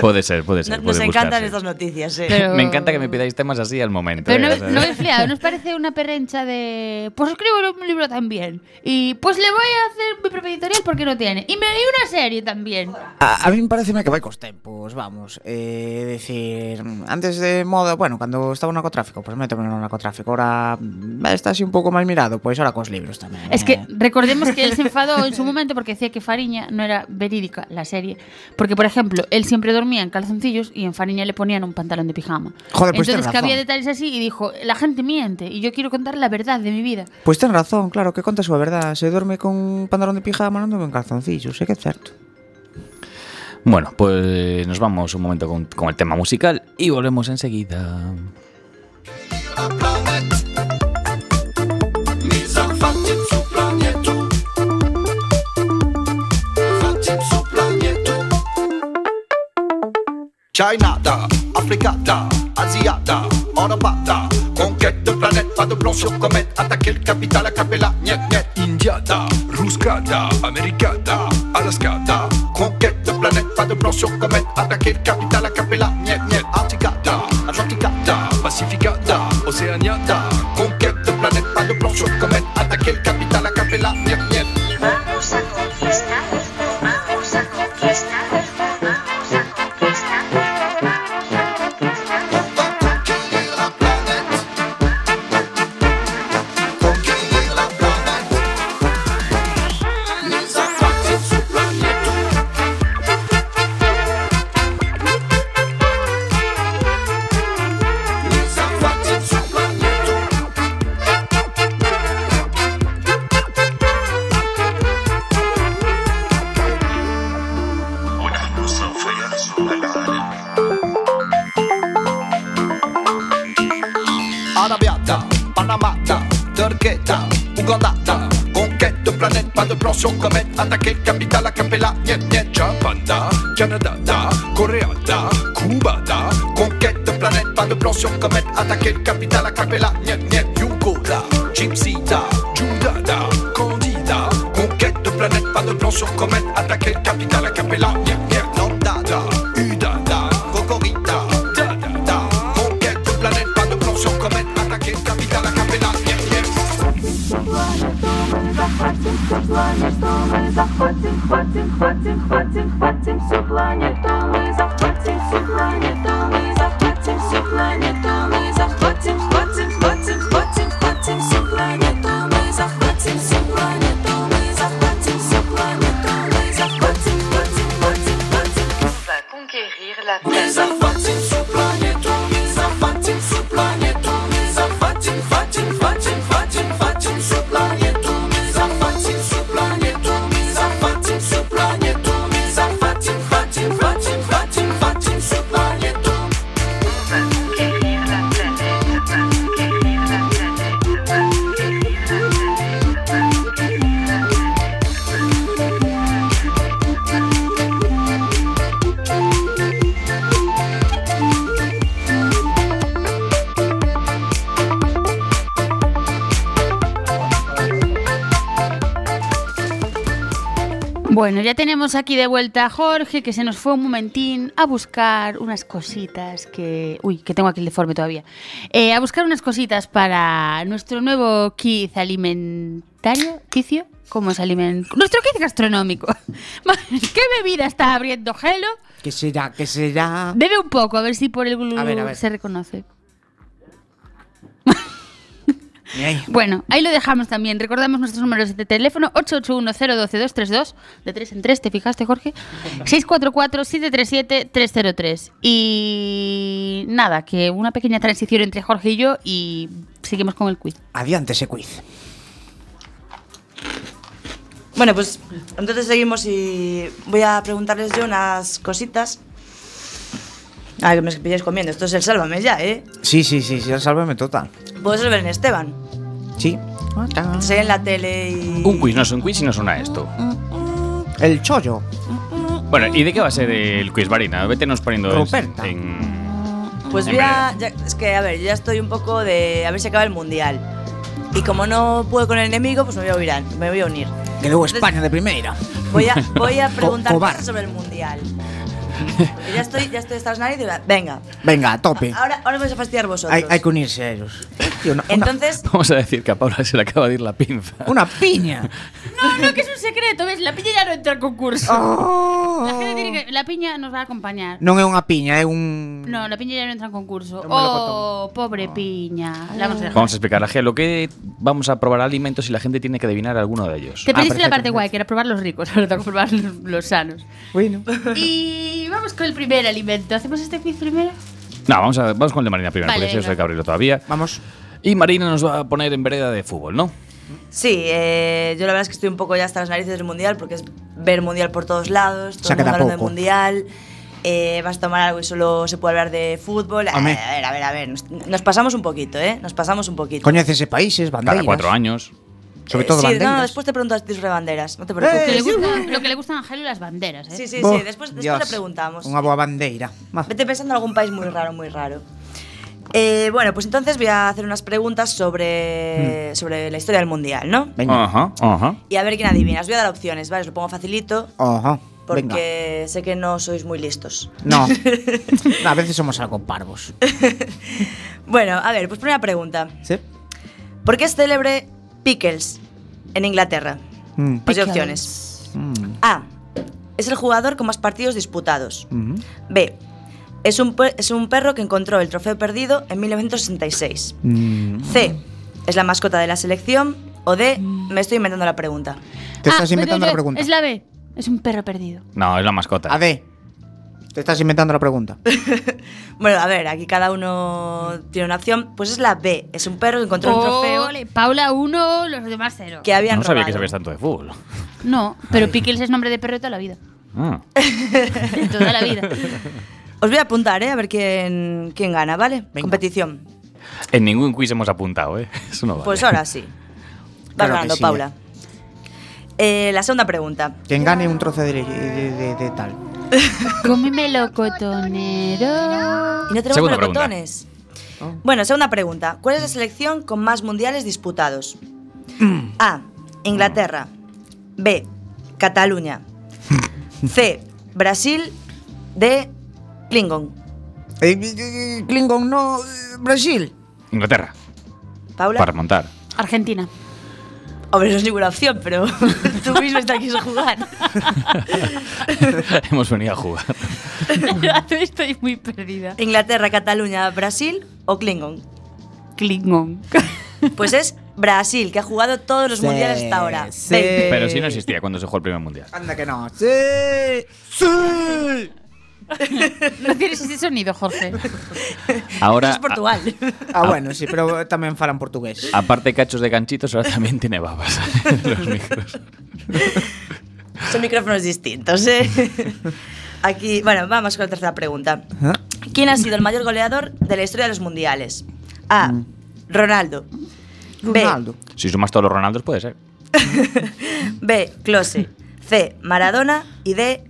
D: puede ser, puede
C: No-
D: ser.
C: Nos
D: puede
C: encantan
D: buscarse.
C: estas noticias, ¿eh?
B: Pero-
D: Me encanta que me pidáis temas así al momento.
B: Pero
D: eh,
B: no,
D: o sea,
B: no es fiado, nos parece una perrencha de. Pues escribo un libro también. Y pues le voy a hacer mi propia editorial porque no tiene. Y, me, y una serie también.
F: A, a min pareceme que vai cos tempos, vamos eh, decir, antes de moda Bueno, cando estaba no narcotráfico Pois pues méteme no narcotráfico Ora mm, está así un pouco máis mirado pues Pois ora cos libros tamén
B: Es que
F: eh.
B: recordemos que él se enfadó en su momento porque decía que Fariña no era verídica la serie. Porque, por ejemplo, él siempre dormía en calzoncillos y en Fariña le ponían un pantalón de pijama.
F: Joder,
B: Entonces
F: pues tienes
B: que había
F: razón.
B: detalles así y dijo: La gente miente y yo quiero contar la verdad de mi vida.
F: Pois Pues ten razón, claro, que conta a súa verdad Se dorme con pantalón de pijama non dorme en calzoncillos É que é certo
D: Bueno, pues nos vamos un momento con, con el tema musical y volvemos enseguida.
G: China da, Africa da, Asia da, Europa da, conquête de planète, pas de blanc sur comète, attaquer le capital à capella, niet niet, India da, Ruska da, America da, Alaska da, conquête de planète, pas de blanc sur comète, attaquer le capital à capella, niet niet, Antarctica da, Atlantica da, Pacifica da, Oceania da, conquête de planète, pas de blanc Panamata, Turqueta, Ugandata, conquête de planète, pas de plan sur comète, attaquer le capital à Capella, Niet Niet, Japanda, Canada, Coréada, Cubada, conquête de planète, pas de plan sur comète, attaquer le capital à Capella, Niet Niet, Yugoda, Gypsyta, Judada, Candida, conquête de planète, pas de plan sur comète, attaquer le capital à Capella, Niet Niet, Nandada, Udada, Cocorita, Dada, da. conquête de planète, pas de plan sur comète, attaquer le capital à Capella, Niet Niet.
B: Bueno, ya tenemos aquí de vuelta a Jorge, que se nos fue un momentín a buscar unas cositas que... Uy, que tengo aquí el deforme todavía. Eh, a buscar unas cositas para nuestro nuevo kit alimentario. ¿Quicio? ¿Cómo es alimento? Nuestro kit gastronómico. Madre, ¿Qué bebida está abriendo Gelo?
F: ¿Qué será? ¿Qué será?
B: Bebe un poco, a ver si por el glu
F: A ver, a ver.
B: se reconoce.
F: Y ahí.
B: Bueno, ahí lo dejamos también. Recordamos nuestros números de teléfono 881-012-232. De 3 en 3, ¿te fijaste, Jorge? 644-737-303. Y nada, que una pequeña transición entre Jorge y yo y seguimos con el quiz.
F: Adiante ese quiz.
C: Bueno, pues entonces seguimos y voy a preguntarles yo unas cositas. Ah, que me pilláis comiendo. Esto es el sálvame ya, ¿eh?
F: Sí, sí, sí, sí, sálvame total.
C: Puedo ser en Esteban.
F: Sí.
B: Ah,
C: Sé en la tele y.
D: Un quiz no es un quiz y no suena esto.
F: El chollo.
D: Bueno, ¿y de qué va a ser el quiz, Barina? Vétenos poniendo en-
F: Ruperta.
D: en...
C: Pues
D: En
C: voy a. ya- es que, a ver, yo ya estoy un poco de. A ver si acaba el mundial. Y como no puedo con el enemigo, pues me voy a unir. Me voy a unir.
F: Quedó España de primera.
C: Voy a, voy a preguntar
F: cobar.
C: cosas sobre el mundial. Porque ya estoy, ya estoy hasta las narices. Venga,
F: Venga, a tope.
C: ahora, ahora me vais a fastidiar vosotros.
F: Hay, hay que unirse a ellos. Tío, una, una-
C: Entonces,
D: Vamos a decir que a Paula se le acaba de ir la pinza.
F: una piña.
B: No, no, que es un secreto, ¿ves? La piña ya no entra al concurso.
F: Oh.
B: La, gente tiene que- la piña nos va a acompañar.
F: Non é unha piña, é un...
B: No, la piña ya no entra en concurso.
F: Un
B: Oh,
F: melocotón.
B: pobre piña. La vamos a dejar.
D: Vamos a explicar a Gelo que vamos a probar alimentos y la gente tiene que adivinar alguno de ellos.
B: Te perdiste la
F: Ah, perfecto,
B: parte guay, que era probar los ricos, ahora tengo que probar los- los sanos.
F: Bueno.
B: Y vamos con el primer alimento. ¿Hacemos este quiz primero?
D: No, vamos, a, vamos con el de Marina primero,
B: Vale,
D: porque ese
B: venga.
D: es el que abrirlo todavía.
F: Vamos.
D: Y Marina nos va a poner en vereda de fútbol, ¿no?
C: sí, eh, yo la verdad es que estoy un poco ya hasta las narices del mundial porque es ver mundial por todos lados, todo
F: Ya
C: el mundo
F: queda
C: hablando de
F: poco.
C: mundial. eh, vas a tomar algo y solo se puede hablar de fútbol. Eh, A
F: Amén.
C: ver, a ver, a ver. Nos, nos pasamos un poquito, ¿eh? Nos pasamos un poquito.
F: Coñeces e países, bandeiras.
D: Cada cuatro años.
F: Sobre
C: Eh,
F: todo
C: sí,
F: bandeiras.
C: No, después te pregunto a ti sobre banderas, no te preocupes.
B: Que le
F: Eh,
B: gusta- lo que le gustan a Ángel las banderas, ¿eh?
C: Sí, sí,
F: Bo,
C: sí, después, después
F: Dios,
C: le preguntamos.
F: Unha boa bandeira. Va.
C: Vete pensando en algún país muy raro, muy raro. Eh, bueno, pues entonces voy a hacer unas preguntas
F: Mm.
C: sobre, sobre la historia del mundial, ¿no?
F: Veña.
D: Ajá, ajá.
C: Y a ver quién adivina. Os voy a dar opciones, ¿vale? Os lo pongo facilito
F: Ojo. Oh, Venga.
C: porque sé que no sois muy listos.
F: No. A veces somos algo parvos.
C: Bueno, a ver, pues primera pregunta.
F: Sí.
C: ¿Por qué es célebre Pickles en Inglaterra?
F: Mm.
C: Os doy
B: Pickles.
C: opciones.
F: Mm.
C: A. Es el jugador con más partidos disputados.
F: Mm.
C: B. Es un, per- es un perro que encontró el trofeo perdido en 1966.
F: Mm.
C: C. Es la mascota de la selección. O D. Me estoy inventando la pregunta.
F: Te
B: Ah,
F: estás
B: perdón,
F: inventando la
B: yo-
F: pregunta.
B: Es la B. Es un perro perdido.
D: No, es la mascota.
F: A ver. Te estás inventando la pregunta.
C: Bueno, a ver, aquí cada uno tiene una opción. Pues es la B. Es un perro que encontró
B: Oh.
C: un trofeo
B: Ole, Paula 1, los demás 0.
C: que habían
D: no sabía
C: robado.
D: que sabías tanto de fútbol.
B: No, pero Pickles es nombre de perro de toda la vida.
D: Ah.
B: De toda la vida.
C: Os voy a apuntar, ¿eh? A ver quién, quién gana, ¿vale?
F: Venga.
C: Competición.
D: En ningún quiz hemos apuntado, ¿eh? Eso no vale.
C: Pues ahora sí. Vas
F: Claro que
C: ganando,
F: sí.
C: Paula. Eh, la segunda pregunta.
F: Quien gane un trozo de, de- de- de tal.
B: Cómemelo, cotonero.
C: Y no tenemos
D: Segunda
C: melocotones. Bueno, segunda pregunta. ¿Cuál es la selección con más mundiales disputados? A. Inglaterra. B. Cataluña. C. Brasil. D. Klingon.
F: Eh, eh, eh, Klingon, no. eh, Brasil.
D: Inglaterra,
C: Paula.
D: para montar.
B: Argentina.
C: Hombre, no es ninguna opción, pero tú mismo estás aquí a jugar.
D: hemos venido a jugar.
B: Estoy muy perdida.
C: Inglaterra, Cataluña, Brasil o Klingon.
B: Klingon.
C: Pues es Brasil, que ha jugado todos los
F: Sí,
C: mundiales hasta ahora.
F: sí.
C: Veinte.
D: Pero sí no existía cuando se jugó el primer mundial.
F: Anda que no. Sí. Sí.
B: No tienes ese sonido, Jorge.
D: Ahora,
C: Eso es Portugal.
F: Ah, bueno, sí, pero también falan portugués.
D: a- aparte cachos de ganchitos, ahora también tiene babas en los micros.
C: Son micrófonos distintos, ¿eh? Aquí, bueno, vamos con la tercera pregunta. ¿Quién ha sido el mayor goleador de la historia de los mundiales? A. Ronaldo. B.
F: Mm. Ronaldo.
D: Si sumas todos los Ronaldos, puede ser.
C: B. Klose. C. Maradona. Y D.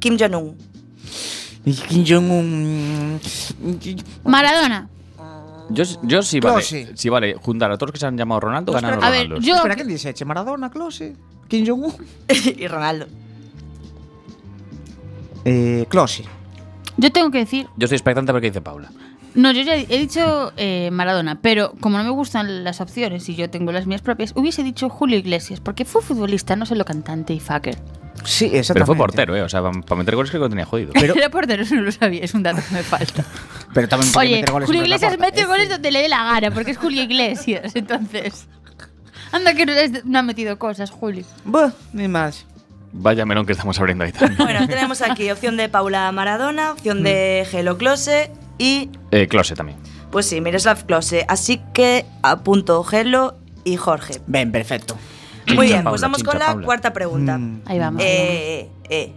C: Kim Jong-un.
F: Y Kim Jong-un.
B: Maradona.
D: Yo, yo sí, vale,
F: Close.
D: sí, vale, juntar a todos los que se han llamado Ronaldo,
F: Pues
D: ganan los
B: A ver,
D: Ronaldos.
B: yo.
F: Espera, ¿quién dice? Che Maradona, Klose. Kim Jong-un.
C: y Ronaldo.
F: Eh, Klose.
B: Yo tengo que decir.
D: Yo estoy expectante porque dice Paula.
B: No, yo ya he dicho eh, Maradona, pero como no me gustan las opciones y yo tengo las mías propias, hubiese dicho Julio Iglesias, porque fue futbolista, no solo cantante y fucker.
F: Sí, exactamente.
D: Pero fue portero, ¿eh? O sea, para meter goles creo que lo tenía jodido.
F: Pero-
B: Era portero, eso no lo sabía, es un dato que me falta.
F: Pero también podía
B: Oye,
F: meter goles
B: Julio
F: en la
B: Iglesias
F: puerta,
B: mete
F: ¿eh?
B: goles donde le dé la gana, porque es Julio Iglesias, entonces. Anda que no, es- no ha metido cosas, Julio.
F: Buh, ni más.
D: Vaya melón que estamos abriendo ahí también.
C: Bueno, tenemos aquí opción de Paula Maradona, opción
F: Mm.
C: de Gelo Klose y,
D: Eh, Klose también.
C: pues sí, Miroslav Klose. Así que apunto Gelo y Jorge.
F: Ven, perfecto.
C: Muy
D: Chincha
C: bien, pues
D: Paula,
C: vamos
D: chincha
C: con la
D: Paula.
C: cuarta pregunta.
F: Mm,
B: Ahí vamos. ahí
C: Eh, eh, eh,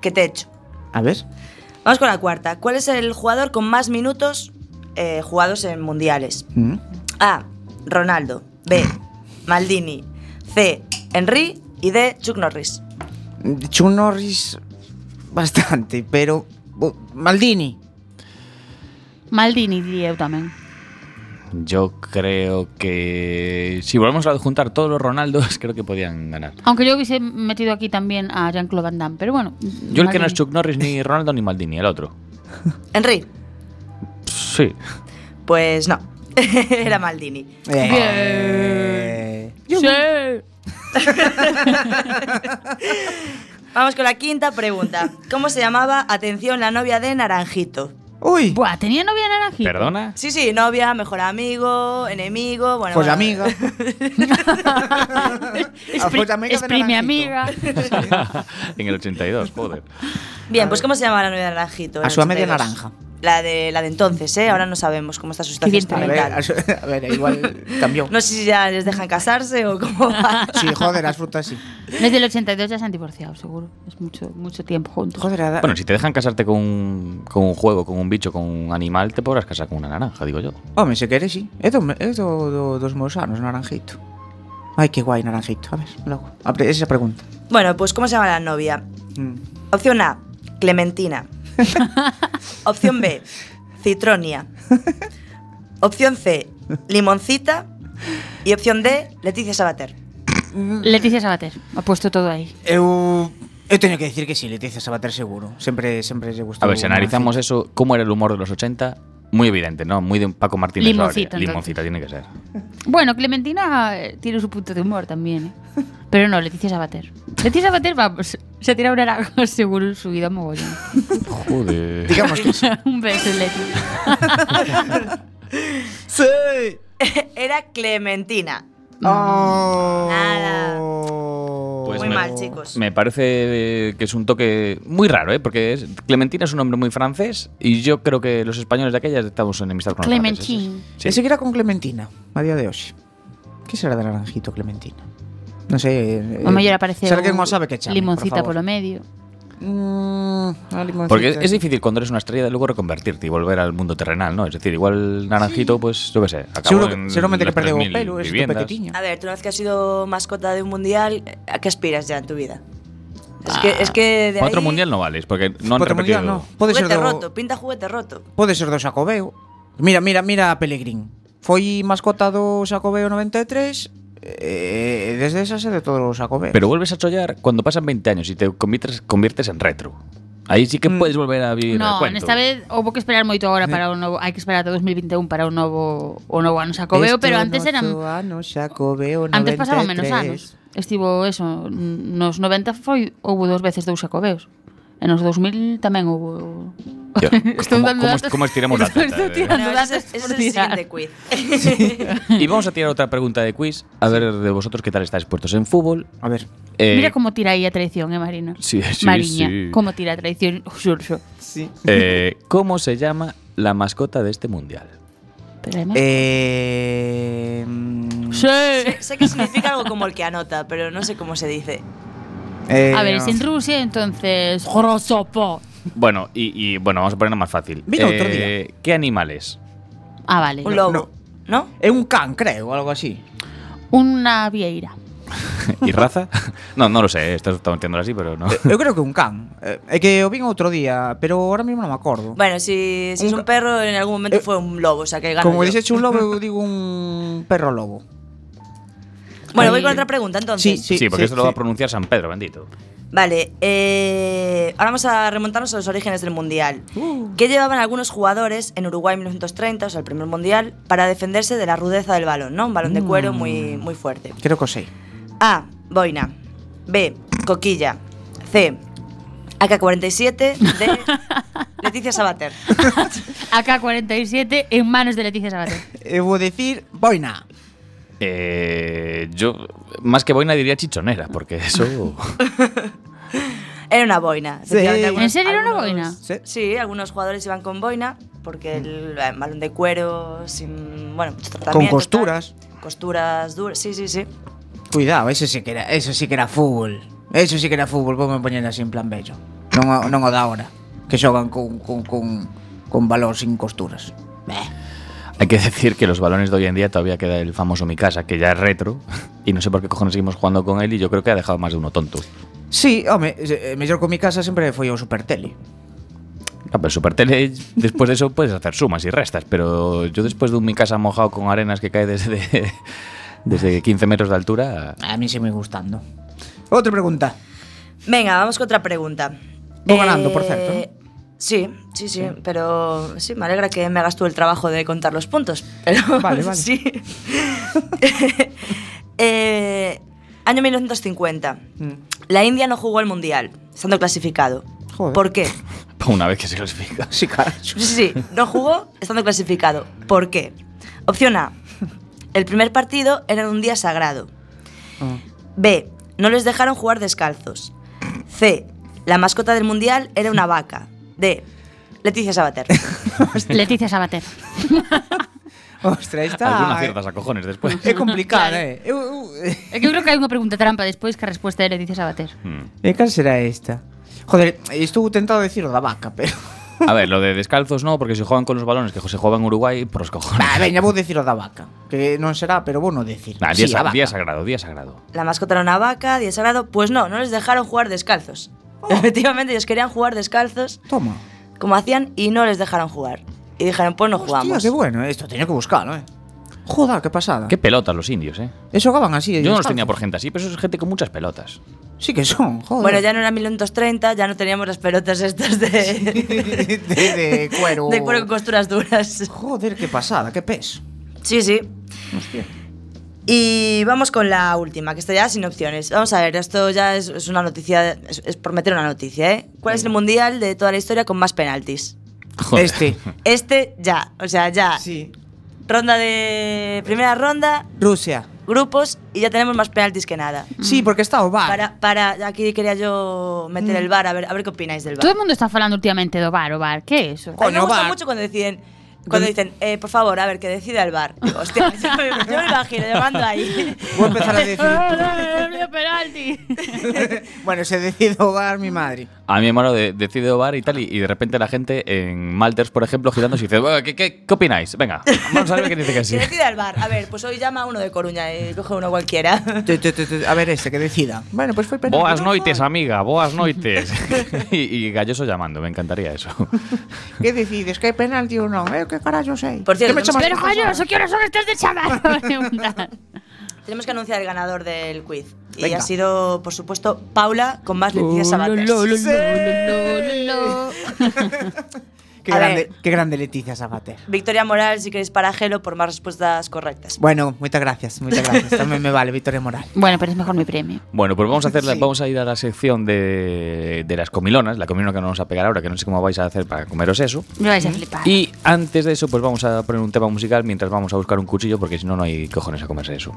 C: ¿Qué te he hecho?
F: A ver.
C: Vamos con la cuarta. ¿Cuál es el jugador con más minutos eh, jugados en mundiales?
F: Mm.
C: A. Ronaldo. B. Maldini. C. Henry. Y D. Chuck Norris.
F: Chuck Norris bastante, pero bu- Maldini.
B: vamos. Maldini diría yo también.
D: Yo creo que si volvemos a juntar todos los Ronaldos, creo que podían ganar.
B: Aunque yo hubiese metido aquí también a Jean-Claude Van Damme, pero bueno.
D: Yo el que no
B: Maldini.
D: es Chuck Norris, ni Ronaldo, ni Maldini, el otro.
C: Henry.
D: Sí.
C: Pues no. Era Maldini.
F: Eh.
B: Sí.
C: Vamos con la quinta pregunta. ¿Cómo se llamaba, atención, la novia de Naranjito?
F: Uy,
B: Buah, tenía novia naranjita.
D: ¿Perdona?
C: Sí, sí, novia, mejor amigo, enemigo, bueno. eh,
F: pues
C: bueno.
F: amiga. Ah,
B: Expri-
F: pues amiga de
B: expri- mi amiga.
F: Naranjito.
D: en el 82, joder.
C: Bien, pues ¿cómo se llamaba la novia de Naranjito?
F: A su
C: En el
F: media
C: 82.
F: naranja.
C: La de, la de entonces, ¿eh? Ahora no sabemos cómo está su
B: bien
C: situación
B: te
F: A ver,
C: sentimental.
F: a ver, igual cambió.
C: No sé si ya les dejan casarse o cómo va.
F: Sí, joder, las frutas sí.
B: Desde el 82 ya se han divorciado, seguro. Es mucho, mucho tiempo juntos.
F: Joder,
C: Ah.
F: a-
D: Bueno, si te dejan casarte con un, con un juego, con un bicho, con un animal, te podrás casar con una naranja, digo yo.
F: Home, se queres, sí. É do, é do, do, dos meus anos, naranjito. Ai, que guai, naranjito. A ver, logo. A pre, esa pregunta.
C: Bueno, pues ¿cómo se llama la novia?
F: Mm.
C: Opción A, Clementina. Opción B, Citronia. Opción C, Limoncita. Y opción D, Leticia Sabater.
B: Leticia Sabater, ha puesto todo ahí.
F: Eu... Eu teño que dicir que sí, Leticia Sabater seguro. Sempre, sempre lle
D: A
F: gustou.
D: ver, si
F: o
D: analizamos
F: naranjito.
D: eso, ¿cómo era el humor de los 80? Muy evidente, ¿no? Muy de un Paco Martínez.
B: Limoncito,
D: Soria. Limoncita tiene que ser.
B: Bueno, Clementina eh, tiene su punto de humor también, ¿eh? Pero no, Leticia Sabater. Leticia Sabater, vamos, se ha tirado un naranjo seguro en su vida mogollón.
D: Joder.
F: Digamos que sí.
B: Un beso, Leti.
F: sí.
C: Era Clementina.
F: Oh.
C: Nada.
D: Pues
C: muy
D: me-
C: mal, chicos.
D: Me parece eh, que es un toque muy raro, ¿eh? Porque es- Clementina es un nombre muy francés y yo creo que los españoles de aquella estamos enemistad con los
B: Clementín.
D: franceses.
F: Sí. E seguirá con Clementina, a día de hoxe. Que será de naranjito Clementina? Non sei... eh,
B: O mellor aparece
F: se alguén
B: un
F: o sabe que chame,
B: limoncita
F: por
B: polo
F: favor.
B: medio.
F: Mm, una limoncita.
D: Porque es, es difícil cuando eres una estrella de luego reconvertirte y volver al mundo terrenal, ¿no? Es decir, igual Naranjito, pues, yo qué sé, acabó
F: Seguro que-
D: en
F: seguramente que
D: las
F: perdeu o
D: 3.000
F: pelo, es
D: viviendas.
F: pequetiño.
C: A ver, tú una vez que has sido mascota de un mundial, ¿a qué aspiras ya en tu vida? Es que, es que de
D: Ah, Otro
C: ahí-
D: mundial no vales, porque no han
F: Potro
D: repetido.
F: mundial, Pues no. Pode ser
C: juguete
F: do
C: roto, pinta juguete roto.
F: Pode ser do Xacobeo. Mira, mira, mira a Pelegrín. Foi mascota do Xacobeo 93 eh, desde esa sede todos os Xacobeos.
D: Pero vuelves a chollar cuando pasan 20 años y te conviertes, conviertes en retro. Ahí sí que puedes volver a vivir el
B: No,
D: cuento.
B: nesta vez houve que esperar moito agora para o novo, hai que esperar ata 2021 para o novo o novo ano Xacobeo,
F: Este
B: pero antes eran
F: ano Xacobeo 93.
B: antes pasaban menos anos. Estivo eso, n- nos 90 foi houve dos veces dous Xacobeos. E nos 2000 tamén houve
D: Ya, ¿cómo- cómo- cómo estiramos la
B: Estou-
D: teta,
B: estou
D: eh?
B: tirando
C: No, ese
B: datos
C: es, ese
B: por
C: es el
B: tirar.
C: siguiente quiz.
D: Y vamos a tirar otra pregunta de quiz, a ver de vosotros qué tal estáis puestos en fútbol.
F: A ver,
D: Eh,
B: Mira como tira aí a traición, eh, Marina?
D: Sí, sí,
B: Mariña,
D: sí.
B: como tira a traición, xurxo.
F: sí.
D: eh, ¿Cómo se llama la mascota de este mundial?
B: Pero además...
F: Eh, mm,
B: Sí.
C: sé que significa algo como el que anota, pero no sé cómo se dice.
F: eh,
B: A ver, es en Rusia, entonces... Jorosopo.
D: Bueno, y, y, bueno, vamos a ponerlo más fácil. Eh,
F: Vino outro
D: ¿Qué animales?
B: Ah, vale.
C: Un lobo, ¿no?
F: É un can, creo, algo así.
B: Una vieira.
D: ¿Y raza? no, no lo sé, eh, esto lo estamos metiendo así, pero no.
F: Eu creo que é un can. Eh, É que o vin outro día, pero ahora mismo non me acordo.
C: Bueno, si, si es un perro, en algún momento fue un lobo, o sea que gano
F: Como
C: yo.
F: dice un lobo, eu digo un perro lobo.
C: Bueno, voy con otra pregunta entonces.
D: Sí, porque esto lo va a
F: sí.
D: pronunciar San Pedro, bendito.
C: Vale, eh, ahora vamos a remontarnos a los orígenes del Mundial.
B: Uh.
C: ¿Qué llevaban algunos jugadores en Uruguay en 1930, o sea, el primer Mundial, para defenderse de la rudeza del balón, ¿no? Un balón de cuero
B: Mm.
C: muy, muy fuerte.
F: Creo que o sei.
C: A. Boina. B. Coquilla. C. AK-47. D. Leticia Sabater.
B: AK-47 en manos de Leticia Sabater.
F: Eu vou dicir boina.
D: Eh, yo, más que boina, diría chichonera, porque eso.
C: Era una boina.
F: Sí.
C: efectivamente,
B: ¿En serio era una boina?
F: Se-
C: Sí, algunos jugadores iban con boina porque el eh, balón de cuero, sin, bueno, mucho
F: Con
C: tratamiento,
F: costuras.
C: tal. costuras duras, sí, sí, sí.
F: Cuidado, eso sí que era, eso sí que era fútbol. Eso sí que era fútbol, vou me poñer así en plan bello. Non, o- non o da ahora, que xogan con, con, con, con valor sin costuras. Beh.
D: Hay que decir que los balones de hoy en día todavía queda el famoso Mi Casa, que ya es retro, y no sé por qué cojones seguimos jugando con él, y yo creo que ha dejado más de uno tonto.
F: Sí, home, se- eh, mellor con mi casa sempre foi o supertele.
D: Ah, pero Supertele, después de eso puedes hacer sumas y restas, pero yo después de un Mi Casa mojado con arenas que cae desde, desde 15 metros de altura.
F: A mí se me gustando. Outra pregunta.
C: Venga, vamos con otra pregunta. Eh,
F: Vou ganando, por certo, ¿no?
C: Sí, sí, sí, pero sí, me alegra que me hagas tú el trabajo de contar los puntos. Pero
F: Vale, vale.
C: Sí. Eh, año 1950.
F: Mm.
C: La India no jugó el mundial, estando clasificado.
F: Joder.
C: ¿Por qué?
D: pa' Una vez que se clasifica.
F: Sí, caracho.
C: Sí, sí, sí, no jugó estando clasificado. ¿Por qué? Opción A. El primer partido era en un día sagrado.
F: Ah.
C: B. No les dejaron jugar descalzos. C. La mascota del mundial era una vaca. D. Leticia Sabater.
B: Leticia Sabater.
F: Ostra, esta...
D: Alguna ciertas a cojones después.
F: É complicada,
B: Claro.
F: eh. Eu, eu,
B: É que eu creo que hai unha pregunta trampa despois que a resposta é Leticia Sabater.
D: Hmm.
F: E cal será esta? Joder, estou tentado decir o da vaca, pero...
D: A ver, lo de descalzos no, porque si juegan con los balones que se juega en Uruguay, por los cojones.
F: Bah, veña, vou decir o da vaca Que non será, pero vou non decir
D: Nah, día,
F: sí,
D: sa-
F: a vaca
D: día sagrado, día sagrado.
C: La mascota era una vaca, día sagrado. Pues no, no les dejaron jugar descalzos.
F: Oh.
C: Efectivamente, ellos querían jugar descalzos,
F: Toma
C: como hacían, y no les dejaron jugar. Y dijeron, pues no
F: Hostia,
C: jugamos.
F: que bueno, esto tenía que buscarlo, eh Joder, que pasada
D: Ah. Qué pelotas los indios, eh.
F: Eso gaban así de
D: Yo no los
F: descalzo.
D: tenía por gente así, pero eso es gente con muchas pelotas.
F: Sí que son, joder
C: Bueno, ya no era 1930, ya no teníamos las pelotas estas de,
F: de, de cuero
C: de cuero con costuras duras.
F: Joder, qué pasada, qué pes
C: Sí, sí.
F: Hostia
C: Y vamos con la última, que está ya sin opciones. Vamos a ver, esto ya es, es una noticia, es, es por meter una noticia, ¿eh? ¿Cuál es el mundial de toda la historia con más penaltis?
D: Joder.
F: Este
C: Este ya, o sea, ya.
F: Sí
C: Ronda de primera ronda,
F: Rusia
C: grupos y ya tenemos más penaltis que nada.
F: Sí, porque está o bar
C: Para, para, aquí quería yo meter
F: Mm.
C: el bar, a ver, a ver qué opináis del bar.
B: Todo o mundo está falando últimamente do bar, o bar. Que é eso?
C: A mí me
F: Coño,
C: gusta
F: VAR.
C: mucho cuando deciden Cuando dicen, eh, por favor, a ver, que decida el bar. Digo, hostia, yo me yo me imagino llamando ahí.
F: Voy a empezar a decir.
B: penalti!
F: bueno, se decide hogar mi madre.
D: A mí me mola de, decide bar y tal, y, y de repente la gente en Malters, por ejemplo, girando, se dice, "Bueno, ¿qué, qué, qué opináis? Venga, vamos a ver quién dice que sí.
C: Que decida el bar. A ver, pues hoy llama a uno de Coruña y coge uno cualquiera.
F: Tu, tu, tu, tu, A ver, este que decida. Bueno, pues fue penalti.
D: Boas
F: No, no.
D: noites, amiga, boas noites. y, y Galloso llamando, me encantaría eso.
F: ¿Qué decides? ¿Qué penalti o no? Eh, ¿Qué carajo sé?
C: Por cierto,
F: ¿Qué me
C: tenemos
F: llamas
B: Pero,
F: tú?
B: coño, ¿so quiénes son estos de chaval?
C: Tenemos que anunciar el ganador del quiz. Y
F: Venga.
C: ha sido, por supuesto, Paula con más Leticia Sabater.
F: Qué
C: A
F: grande,
C: ver.
F: qué grande Leticia Sabater.
C: Victoria Moral, si queréis para Gelo, por más respuestas correctas.
F: Bueno, muchas gracias, muchas gracias. También me vale, Victoria Moral.
B: Bueno, pero es mejor mi premio.
D: Bueno, pues vamos a, hacer la-
F: Sí.
D: vamos a ir a la sección de, de las comilonas, la comilona que nos vamos a pegar ahora, que no sé cómo vais a hacer para comeros eso.
B: Me vais a flipar.
D: Y antes de eso, pues vamos a poner un tema musical mientras vamos a buscar un cuchillo, porque si no, no hay cojones a comerse eso.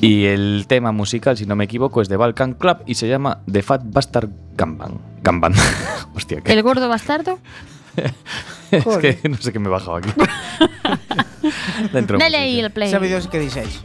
D: y el tema musical, si no me equivoco, es de Balkan Club y se llama The Fat Bastard Gamban. Gamban. Hostia, que,
B: ¿El gordo bastardo?
D: es que no sé qué me he bajado aquí. Dentro.
B: Dale ahí el play.
F: ¿Sabéis qué dices?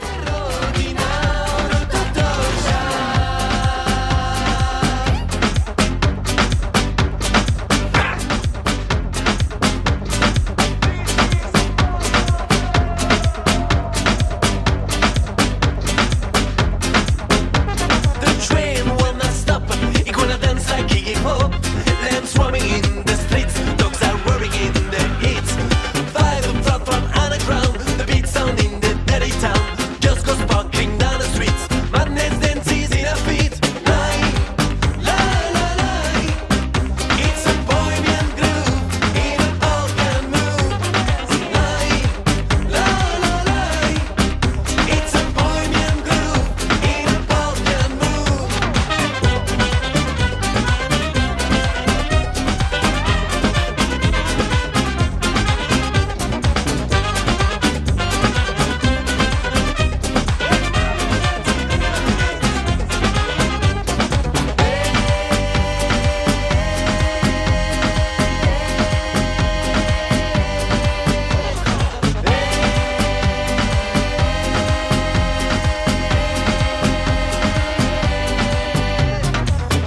H: The train will not stop. It will not dance like kicking pop. Lambs roaming in the streets. Dogs are roaring in the heat. Five o'clock from underground. The beat sound in the dirty town. Just goes walking down the streets. Madness dances in our feet. Lie, lie, lie, lie. It's a bohemian groove in an organ move. Lie, lie, lie, lie. It's a bohemian groove in an organ move.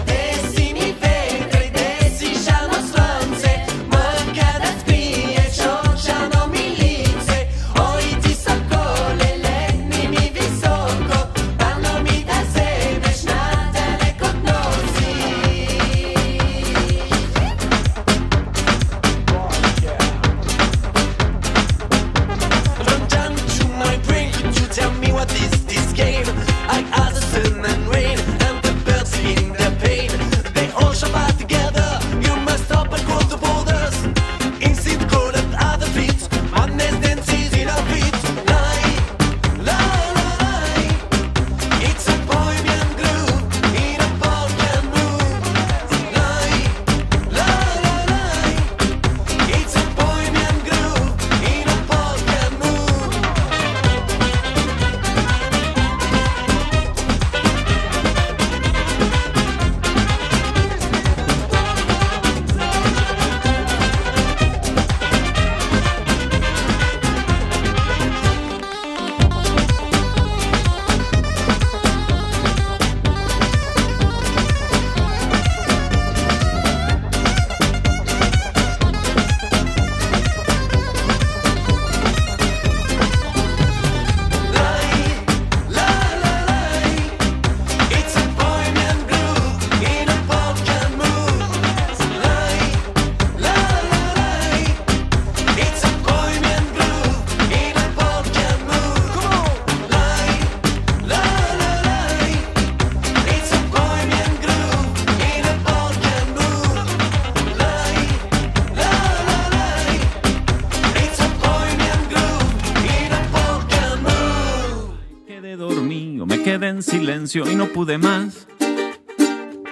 H: Desi mi ventre, desi žano slance, ma kada spiješ očano mi lice, oj ti sokole, letni mi visoko, palo mi da zemeš na dalekog nosi. Don't jump to my brain. Could you tell me what is this game? I ask the sun and rain and the birds in the pain. They all shabbat together. You must stop and cross the borders. Instant cold and other beats. Madness dances in our feet. Lie, lie, lie, lie. It's a bohemian groove in a bohemian room. Lie, lie, lie, lie. It's a bohemian groove in a bohemian mood. Lie, lie, lie, lie. It's a bohemian groove in a bohemian mood. Lie, lie, lie, lie. It's a bohemian groove in a bohemian mood. Lie, lie, lie, lie. It's a bohemian groove in a bohemian mood. Lie, lie, lie, lie. It's a bohemian groove in a bohemian mood.
I: Quedé dormido, me quedé en silencio y no pude más.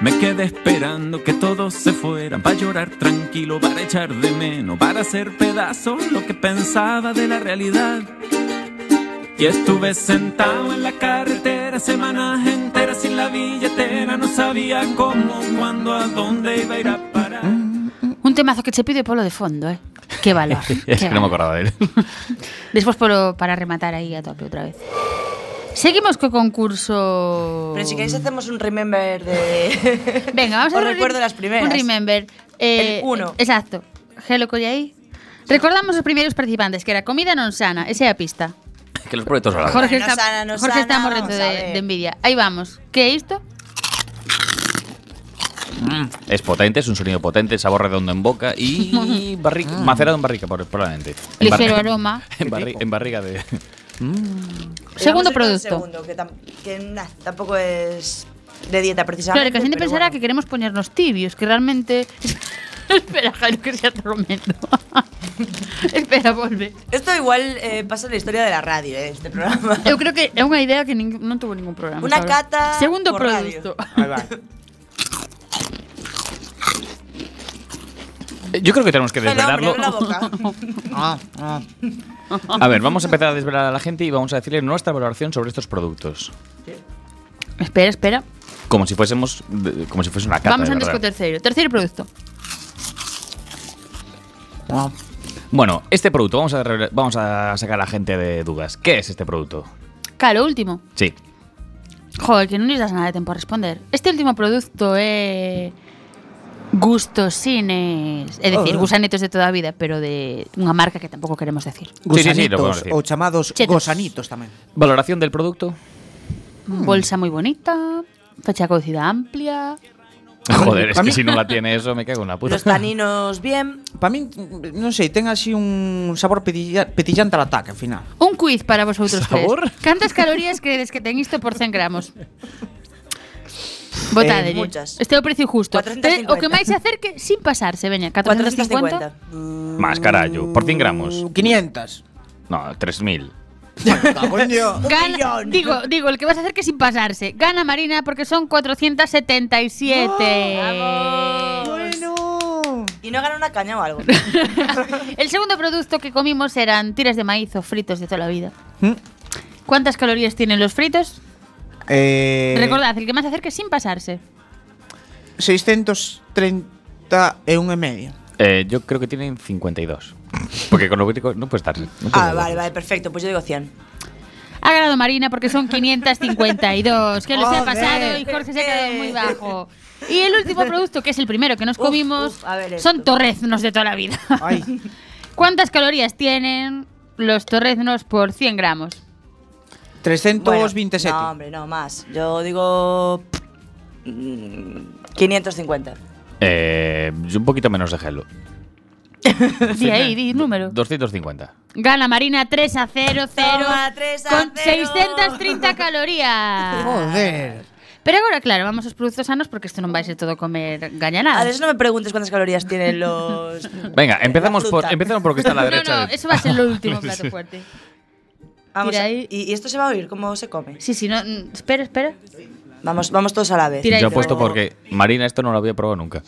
I: Me quedé esperando que todos se fueran para llorar tranquilo, para echar de menos, para hacer pedazos lo que pensaba de la realidad. Y estuve sentado en la carretera semanas enteras sin la billetera, no sabía cómo, cuándo, a dónde iba a ir a parar.
B: Un temazo que se pide Polo de fondo, ¿eh? Qué valor.
D: Es
B: qué
D: que no me
B: valor.
D: acordaba de él.
B: Despois polo, para rematar aí a tope outra vez. Seguimos co concurso...
C: Pero si queréis hacemos un remember de...
B: Venga, vamos a
C: Os
B: hacer un
C: recuerdo
B: re-
C: las primeras.
B: Un remember. Eh,
C: El uno.
B: Exacto. Hello, colle aí. Recordamos os primeiros participantes, que era comida non sana, esa é a pista.
D: que los proyectos ahora.
B: Jorge,
C: Bueno,
B: está,
C: sana, no
B: Jorge está
C: sana,
B: morrendo
C: vamos a
B: de,
C: ver.
B: de envidia. Aí vamos. Que é isto?
D: Es potente, es un sonido potente, sabor redondo en boca y barrica, macerado en barrica, por- probablemente. En
B: Ah. Ligero
D: barrica-
B: aroma.
D: En, barri- en barriga de.
B: Segundo
C: Vamos a ir con el
B: producto.
C: Segundo, que, tam- que, nah, tampoco es de dieta precisamente.
B: Claro, que a xente
C: pero
B: pensará
C: bueno.
B: que queremos poñernos tibios, que realmente... Espera, Jairo, que se atormento. Espera, volve.
C: Esto igual eh, pasa en la historia de la radio, eh, este programa.
B: Eu creo que é unha idea que nin, non tuvo ningún programa.
C: Una
B: sabes?
C: cata
B: Segundo
C: por
B: produto.
F: Ahí va.
D: Yo creo que tenemos que
C: Hello,
D: desvelarlo.
C: abrió la boca.
F: Ah, ah.
D: A ver, vamos a empezar a desvelar a la gente y vamos a decirle nuestra valoración sobre estos productos.
B: Espera, espera.
D: Como si fuésemos. de- Como si fuese una cata.
B: Vamos
D: de
B: antes co
D: verdad.
B: terceiro. Terceiro produto.
F: Ah.
D: Bueno, este producto, vamos a, re- vamos a sacar a la gente de dudas. ¿Qué es este producto?
B: Claro, último.
D: Sí.
B: Joder, que non lles das nada de tempo a responder. Este último produto é Gustosines, é dicir, gusanetos de toda a vida, pero de unha marca que tampouco queremos decir.
D: Sí, sí, sí, lo podemos
F: Gusanitos,
D: decir.
F: ou chamados
B: Chetos.
F: gosanitos tamén.
D: ¿Valoración del producto? Hmm.
B: Bolsa moi bonita, fecha cocida amplia.
D: Joder, es
F: A
D: que
F: mí-
D: si no la tiene eso, me cago en la puta.
C: Los taninos bien.
F: Pa min, non sei, ten así un sabor petilla- petillante al ataque, al final.
B: Un quiz para vosotros
D: Sabor?
B: tres. Cantas calorías credes que ten isto por 100 gramos? Botadelle.
C: muchas.
B: este é o precio justo.
C: 450.
B: O que máis se acerque sin pasarse, veña, 450.
C: 450.
D: Más carallo. Por 100 gramos.
F: Mm, 500.
D: No, 3000.
F: Coño.
B: Gana, digo, digo, el que vas a hacer que sin pasarse. Gana Marina porque son 477.
C: ¡Oh!
F: bueno.
C: Mm. Y no gana una caña o algo.
B: El segundo producto que comimos eran tiras de maíz o fritos de toda la vida.
F: ¿Mm?
B: ¿Cuántas calorías tienen los fritos?
F: Eh,
B: Recordad, el que más se acerque sin pasarse.
F: 631 e medio.
D: Eh, yo creo que tienen 52. Porque con lo británico no puede estar. no puede
C: Ah,
D: estar.
C: vale, vale, perfecto. Pues yo digo 100.
B: Ha ganado Marina porque son 552. Que los ha
F: Joder.
B: pasado y Jorge se ha quedado muy bajo. Y el último producto, que es el primero que nos
C: Uf,
B: comimos,
C: uf, a ver esto.
B: son torreznos de toda la vida.
F: Ai,
B: ¿Cuántas calorías tienen los torreznos por 100 gramos?
F: 327.
C: No, hombre, no, más. Yo digo. mm, 550.
D: Eh, yo un poquito menos de gelo.
B: Di ahí, di número.
D: 250.
B: Gana Marina 3 a 0, 0
C: Toma, tres a
B: con
C: cero.
B: 630 calorías.
F: Joder.
B: Pero agora, claro, vamos aos produtos sanos porque isto non vai ser todo comer gaña
C: A
B: nada.
C: ver, no me preguntes cuántas calorías tienen los.
D: Venga, empezamos
C: La
D: por,
C: fruta.
D: empezamos por lo que está a
B: no,
D: la derecha.
B: no,
D: del-
B: eso va a ser lo último plato fuerte.
C: Vamos.
B: Tira
C: a-
B: ahí.
C: ¿Y, y esto se va a oír? ¿Cómo se come?
B: Sí, sí, no, mm, espera, espera.
C: Vamos, vamos todos a la vez.
B: Tira ahí,
D: Yo apuesto
B: pero-
D: porque Marina esto no lo había probado nunca.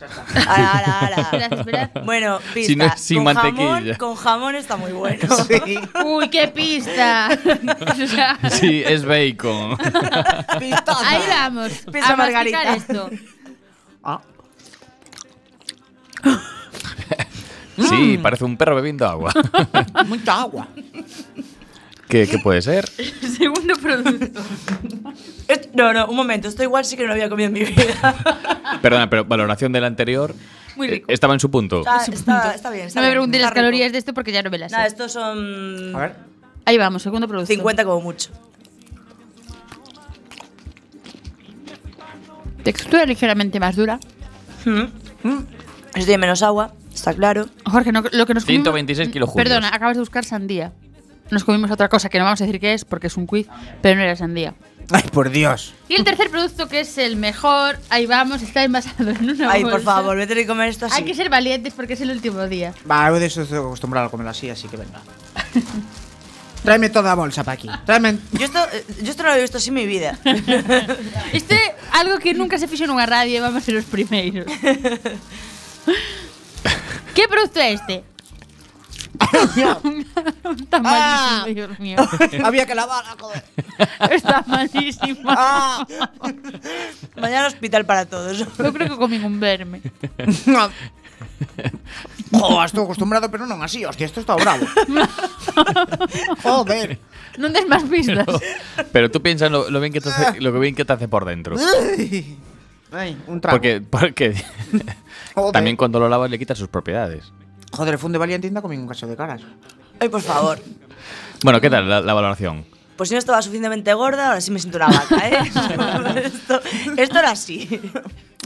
C: Ala, ala, ala.
B: Espera, espera.
C: Bueno, pista.
D: Si no es sin
C: con
D: mantequilla.
C: Jamón, con jamón está muy bueno.
F: Sí.
B: Uy, qué pista. O sea,
D: Sí, es bacon.
F: Pistaza.
B: ahí vamos.
C: Pizza
B: a masticar
C: margarita.
B: esto.
F: Ah,
D: Sí, parece un perro bebiendo agua.
F: mucha agua.
D: ¿Qué, qué puede ser?
B: Segundo producto.
C: Es- No, no, un momento. Esto igual sí que no lo había comido en mi vida.
D: Perdona, pero valoración del anterior.
B: Muy rico.
D: eh, Estaba en su punto.
C: Está, está- está bien. Está
B: No me
C: bien,
B: preguntéis
C: está
B: las calorías
C: rico.
B: de esto porque ya no me las
C: Nada,
B: sé.
C: estos son.
F: A ver.
B: Ahí vamos, segundo producto.
C: 50 como mucho.
B: Textura ligeramente más dura. Mm,
C: Esto tiene menos agua, está claro.
B: Jorge, no- lo que nos comimos- Mm,
D: 126 kilojulios.
B: Perdona, acabas de buscar sandía. Nos comimos otra cosa que no vamos a decir qué es porque es un quiz, pero no era sandía.
F: Ay, por Dios.
B: Y el tercer producto que es el mejor, ahí vamos, está envasado en una
C: Ay,
B: bolsa.
C: por favor, vete a comer esto así.
B: Hay que ser valientes porque es el último día.
F: Va, eu deso estou acostumbrado a comer así, así que venga. Tráeme toda a bolsa para aquí. Tráeme
C: Yo esto, eh, yo esto no lo he visto así en mi vida.
B: Este algo que nunca se fixo nunha radio, e vamos ser os primeiros. que produto é este? Está malísimo,
F: Ah.
B: Dios mío.
F: Había que lavarla, joder.
B: Está malísimo.
F: Ah.
C: Mañana hospital para todos.
B: Eu creo que comín un verme.
F: Jo, estou Oh, acostumbrado, pero non así, hostia, esto está bravo. Joder.
B: Non des máis pistas.
D: Pero tú piensas lo, lo bien que te hace, lo bien que te hace por dentro.
F: Ay, un trago.
D: Porque, porque
F: Joder.
D: también cuando lo lavas le quitas sus propiedades.
F: Joder, funde valiente anda comigo un caso de caras.
C: Ay, por favor.
D: Bueno, ¿qué tal la, la valoración?
C: Pues si no estaba suficientemente gorda, ahora sí me siento una vaca, ¿eh? esto, esto era así.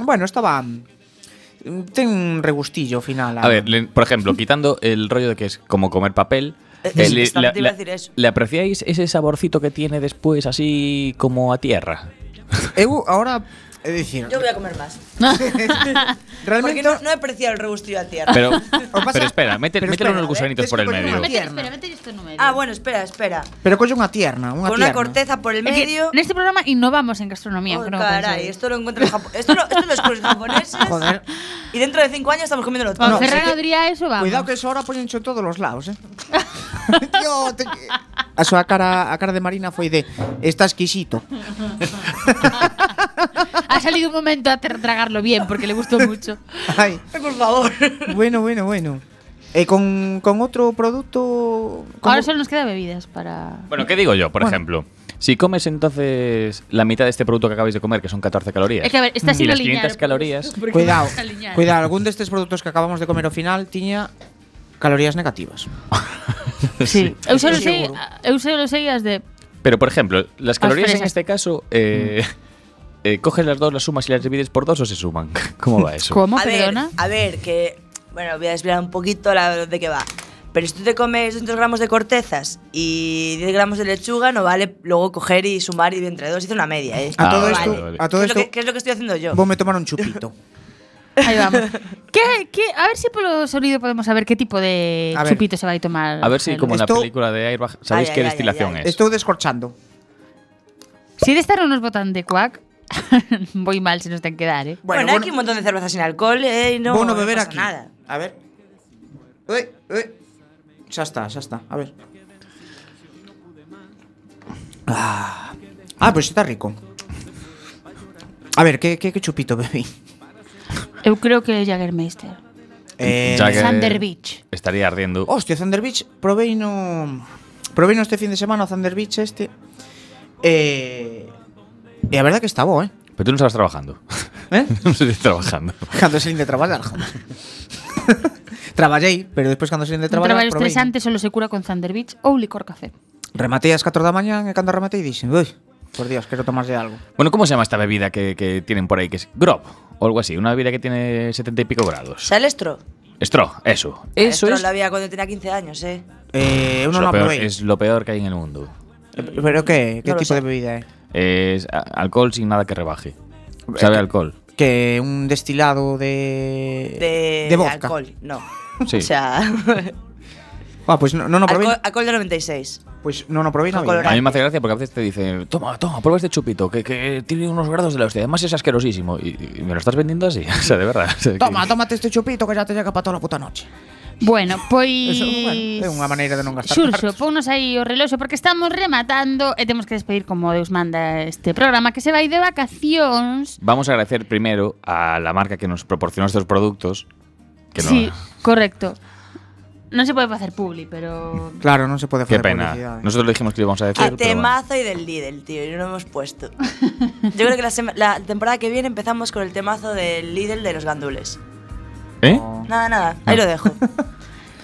F: Bueno, estaba mm, ten un regustillo final.
D: A ver, le- por ejemplo, quitando el rollo de que es como comer papel.
C: Eh,
D: eh,
C: sí, estaba-
D: le-
C: te iba a
D: le-
C: decir eso.
D: ¿Le apreciáis ese saborcito que tiene después así como a tierra?
F: eu ahora é dicir,
C: Yo voy a comer más. Porque
F: realmente
C: no, no he apreciado el rebustillo a tierra.
D: Pero,
F: pasa-
D: pero espera, mete-
F: pero
D: mételo
F: espera,
D: unos gusanitos
F: es
D: por
F: que
D: el
F: porque
D: medio.
F: no-
B: Mete,
F: Tierna.
B: espera, mete esto no medio.
C: Ah, bueno, espera, espera.
F: pero colle unha tierna, unha
C: Con
F: tierna.
C: una corteza por el
B: Es que
C: medio.
B: en este programa innovamos en gastronomía.
C: Oh,
B: que no lo pensáis.
C: caray, esto lo encuentro en Japón. Esto lo, esto lo descubren los japoneses.
F: Joder.
C: Y dentro de cinco años estamos comiendo lo
B: Con
F: No,
B: Ferran
F: sí que-
B: Adrià eso vamos.
F: Cuidado que eso ahora poñencho en todos os lados, eh. Tío, te... a súa cara a cara de Marina foi de está exquisito.
B: Ha salido un momento a tra- tragarlo bien porque le gustó mucho.
F: Ai,
C: Por favor.
F: bueno, bueno, bueno. E con con outro produto como-
B: Ahora solo nos queda bebidas para...
D: Bueno, ¿qué digo yo, por
F: Bueno.
D: ejemplo? Si comes entonces la mitad de este producto que acabáis de comer, que son 14 calorías,
B: Es que a ver, está
D: y
B: sin
D: las
B: alinear.
D: 500 calorías,
B: porque-
F: Cuidado,
B: porque no está alineado.
F: cuidado, algún destes produtos que acabamos de comer ao final tiña calorías negativas.
B: Sí. Eu solo
F: Sí,
B: sei,
F: seguro.
B: eu solo sei as de
D: Pero, por ejemplo, las calorías en
B: fresas.
D: este caso, eh,
C: Mm.
D: eh, coges las dos, las sumas y las divides por dos o se suman. ¿Cómo va eso?
B: ¿Cómo?
C: A ver,
B: Perdona.
C: a ver, que. Bueno, voy a desviar un poquito la, de qué va. Pero si tú te comes 200 gramos de cortezas y 10 gramos de lechuga, no vale luego coger y sumar y entre dos hice una media, ¿eh?
F: A
D: Ah,
F: todo
D: vale,
F: isto,
D: vale.
F: a todo
C: ¿Qué es lo que-
F: isto,
C: ¿Qué es lo que estoy haciendo yo?
F: vou me tomar un chupito.
B: Ahí vamos. ¿Qué, qué- a ver si por el sonido podemos saber qué tipo de
F: A ver.
B: chupito se va a tomar.
D: A ver si,
B: Ángel.
D: como en la
F: Esto-
D: película de Airbag, sabéis
C: Ay,
D: qué
C: ay, ay,
D: destilación
C: ay,
D: es.
F: Estou descorchando.
B: Si de estar unos botan de cuac, voy mal si nos ten que dar, ¿eh?
C: Bueno,
F: bueno.
C: aquí un montón de cervezas sin alcohol, ¿eh? Y no,
F: Vou no beber
C: no pasa
F: aquí.
C: nada.
F: A ver. Ui, ui. Xa está, xa está. A ver. Ah, ah pois está rico. A ver, que, que, que chupito bebí?
B: Yo creo que Jaggermeister.
F: Eh,
D: Ya que-
B: Thunder Beach.
D: Estaría ardiendo.
C: Oh.
F: Hostia, Thunder Beach, probei no... Probei no este fin de semana o Thunder Beach este. Eh, e a verdad que está bo, eh?
D: Pero tú no estabas trabajando.
F: Eh?
D: no estabas trabajando.
F: Cando salín de traballar, joder. Traballei, pero despois cando salín de
B: Un traballo
F: traballar, probei.
B: estresante solo se cura con Thunder Beach ou licor café.
F: Rematei ás 4 da mañán e cando rematei dixen, ui, por dios, quero tomarlle algo.
D: Bueno, ¿cómo se llama esta bebida que, que tienen por ahí? Que es grob o algo así. Una bebida que tiene 70 y pico grados.
C: Salestro.
D: Straw, eso. Eso
C: Salestro
D: es,
C: lo había cuando tenía 15 años, ¿eh?
F: Eh, eu
D: es
F: non
D: lo
F: a
D: peor,
F: probei.
D: es lo peor que hay en el mundo.
F: Eh, Pero que, que
C: No lo sé.
F: tipo de bebida é?
D: Es a- alcohol sin nada que rebaje. Sabe a alcohol.
F: Que un destilado de...
C: De,
F: Eh, de vodka.
C: alcohol, no. O
D: Sí.
C: sea,
F: Ah, pois non, non o probei,
C: alcohol, alcohol de 96.
F: pois non o probei na
C: Alcohol
D: A
F: vida.
D: mí me hace gracia porque a veces te dice, toma, toma, prueba este chupito, que, que tiene unos grados de la hostia, además es asquerosísimo. Y, y me lo estás vendiendo así, o sea, de verdad. O sea, que-
F: Toma, tómate este chupito que xa te llega para toda a puta noche.
B: Bueno, pois
F: Eso, bueno, é unha maneira de non gastar
B: Xurxo,
F: cartos.
B: ponnos aí o reloxo porque estamos rematando e temos que despedir como Deus manda este programa que se vai de vacacións.
D: Vamos a agradecer primero a la marca que nos proporcionó estos productos. Que no,
B: Sí, correcto. Non se pode facer publi, pero
F: Claro, non se pode
D: Qué
F: facer
D: pena.
F: publicidade.
D: Nosotros le dijimos que lo íbamos a decir.
C: A
D: pero bueno.
C: Ah, temazo y del Lidl, tío, y no lo hemos puesto. Yo creo que la, sema- la temporada que viene empezamos con el temazo del Lidl de los gandules.
D: ¿Eh?
C: Nada, nada, ahí lo dejo.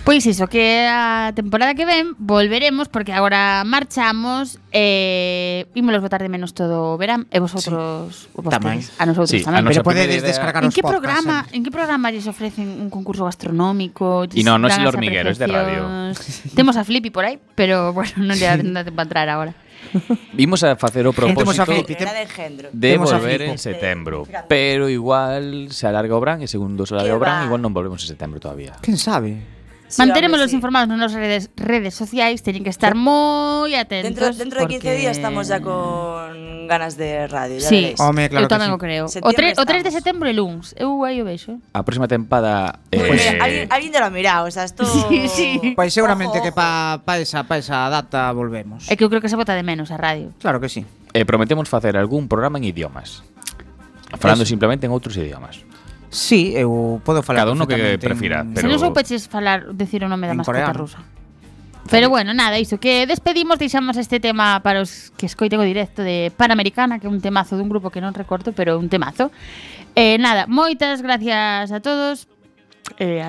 B: Pois iso, que a temporada que ven volveremos porque agora marchamos e eh, ímolos votar de menos todo o verán e vosotros, sí.
F: Tamén.
B: vostedes, a nosotros
D: Sí, a
B: tamén.
D: nosa
F: Pero
D: primeira
F: podedes
D: idea-
F: descargar
B: ¿En
F: os
B: qué
F: podcasts,
B: programa,
F: eh.
B: en qué programa les ofrecen un concurso gastronómico?
D: Y no, no es
B: Dan as
D: el hormiguero, es de radio.
B: apreciacións? Temos a Flippy por ahí, pero bueno, no le dan para entrar ahora.
D: Vimos a hacer o
F: Temos a
D: propósito
F: Felipe,
C: Era de engendro.
D: de
F: temos a
D: volver
F: Filipe.
D: en septiembre. Pero igual se alarga Obran y segundo se alarga
C: Que
D: Obran,
C: va.
D: igual no volvemos en septiembre todavía.
F: Quen sabe?
C: Sí,
B: Manteremos
C: hombre,
B: los
C: sí.
B: informados en las redes, redes sociales, tienen que estar muy atentos.
C: Dentro, dentro de 15
B: porque-
C: días estamos ya con ganas de radio. Ya
B: Sí,
C: veréis.
F: Home, claro
B: eu
F: que
B: tamén
F: sí.
B: o creo. O
C: Septiembre
B: 3, o 3 de
C: estamos.
B: setembro e luns. Eu aí o vexo.
D: A próxima temporada.
C: Pues
D: eh,
C: mira, alguien, alguien ya lo ha mirado, o sea, esto.
B: Sí, sí.
D: Pues
F: Pois
C: Ojo,
F: seguramente
C: E
F: que
C: ojo.
F: pa, pa, esa, pa esa data volvemos.
B: É que eu creo que se vota de menos a radio.
F: Claro que sí.
D: eh, prometemos hacer algún programa en idiomas. Falando simplemente en otros idiomas.
F: Sí, eu podo falar
D: Cada uno que
F: perfectamente
D: prefira,
F: en-
B: Se
D: pero-
B: non soupeches falar, decir o nome da
F: En
B: mascota
F: coreano.
B: rusa. Pero bueno, nada, iso que despedimos, deixamos este tema para os que escoiten o directo de Panamericana, que é un temazo dun grupo que non recorto, pero é un temazo. Eh, nada, moitas gracias a todos, eh, a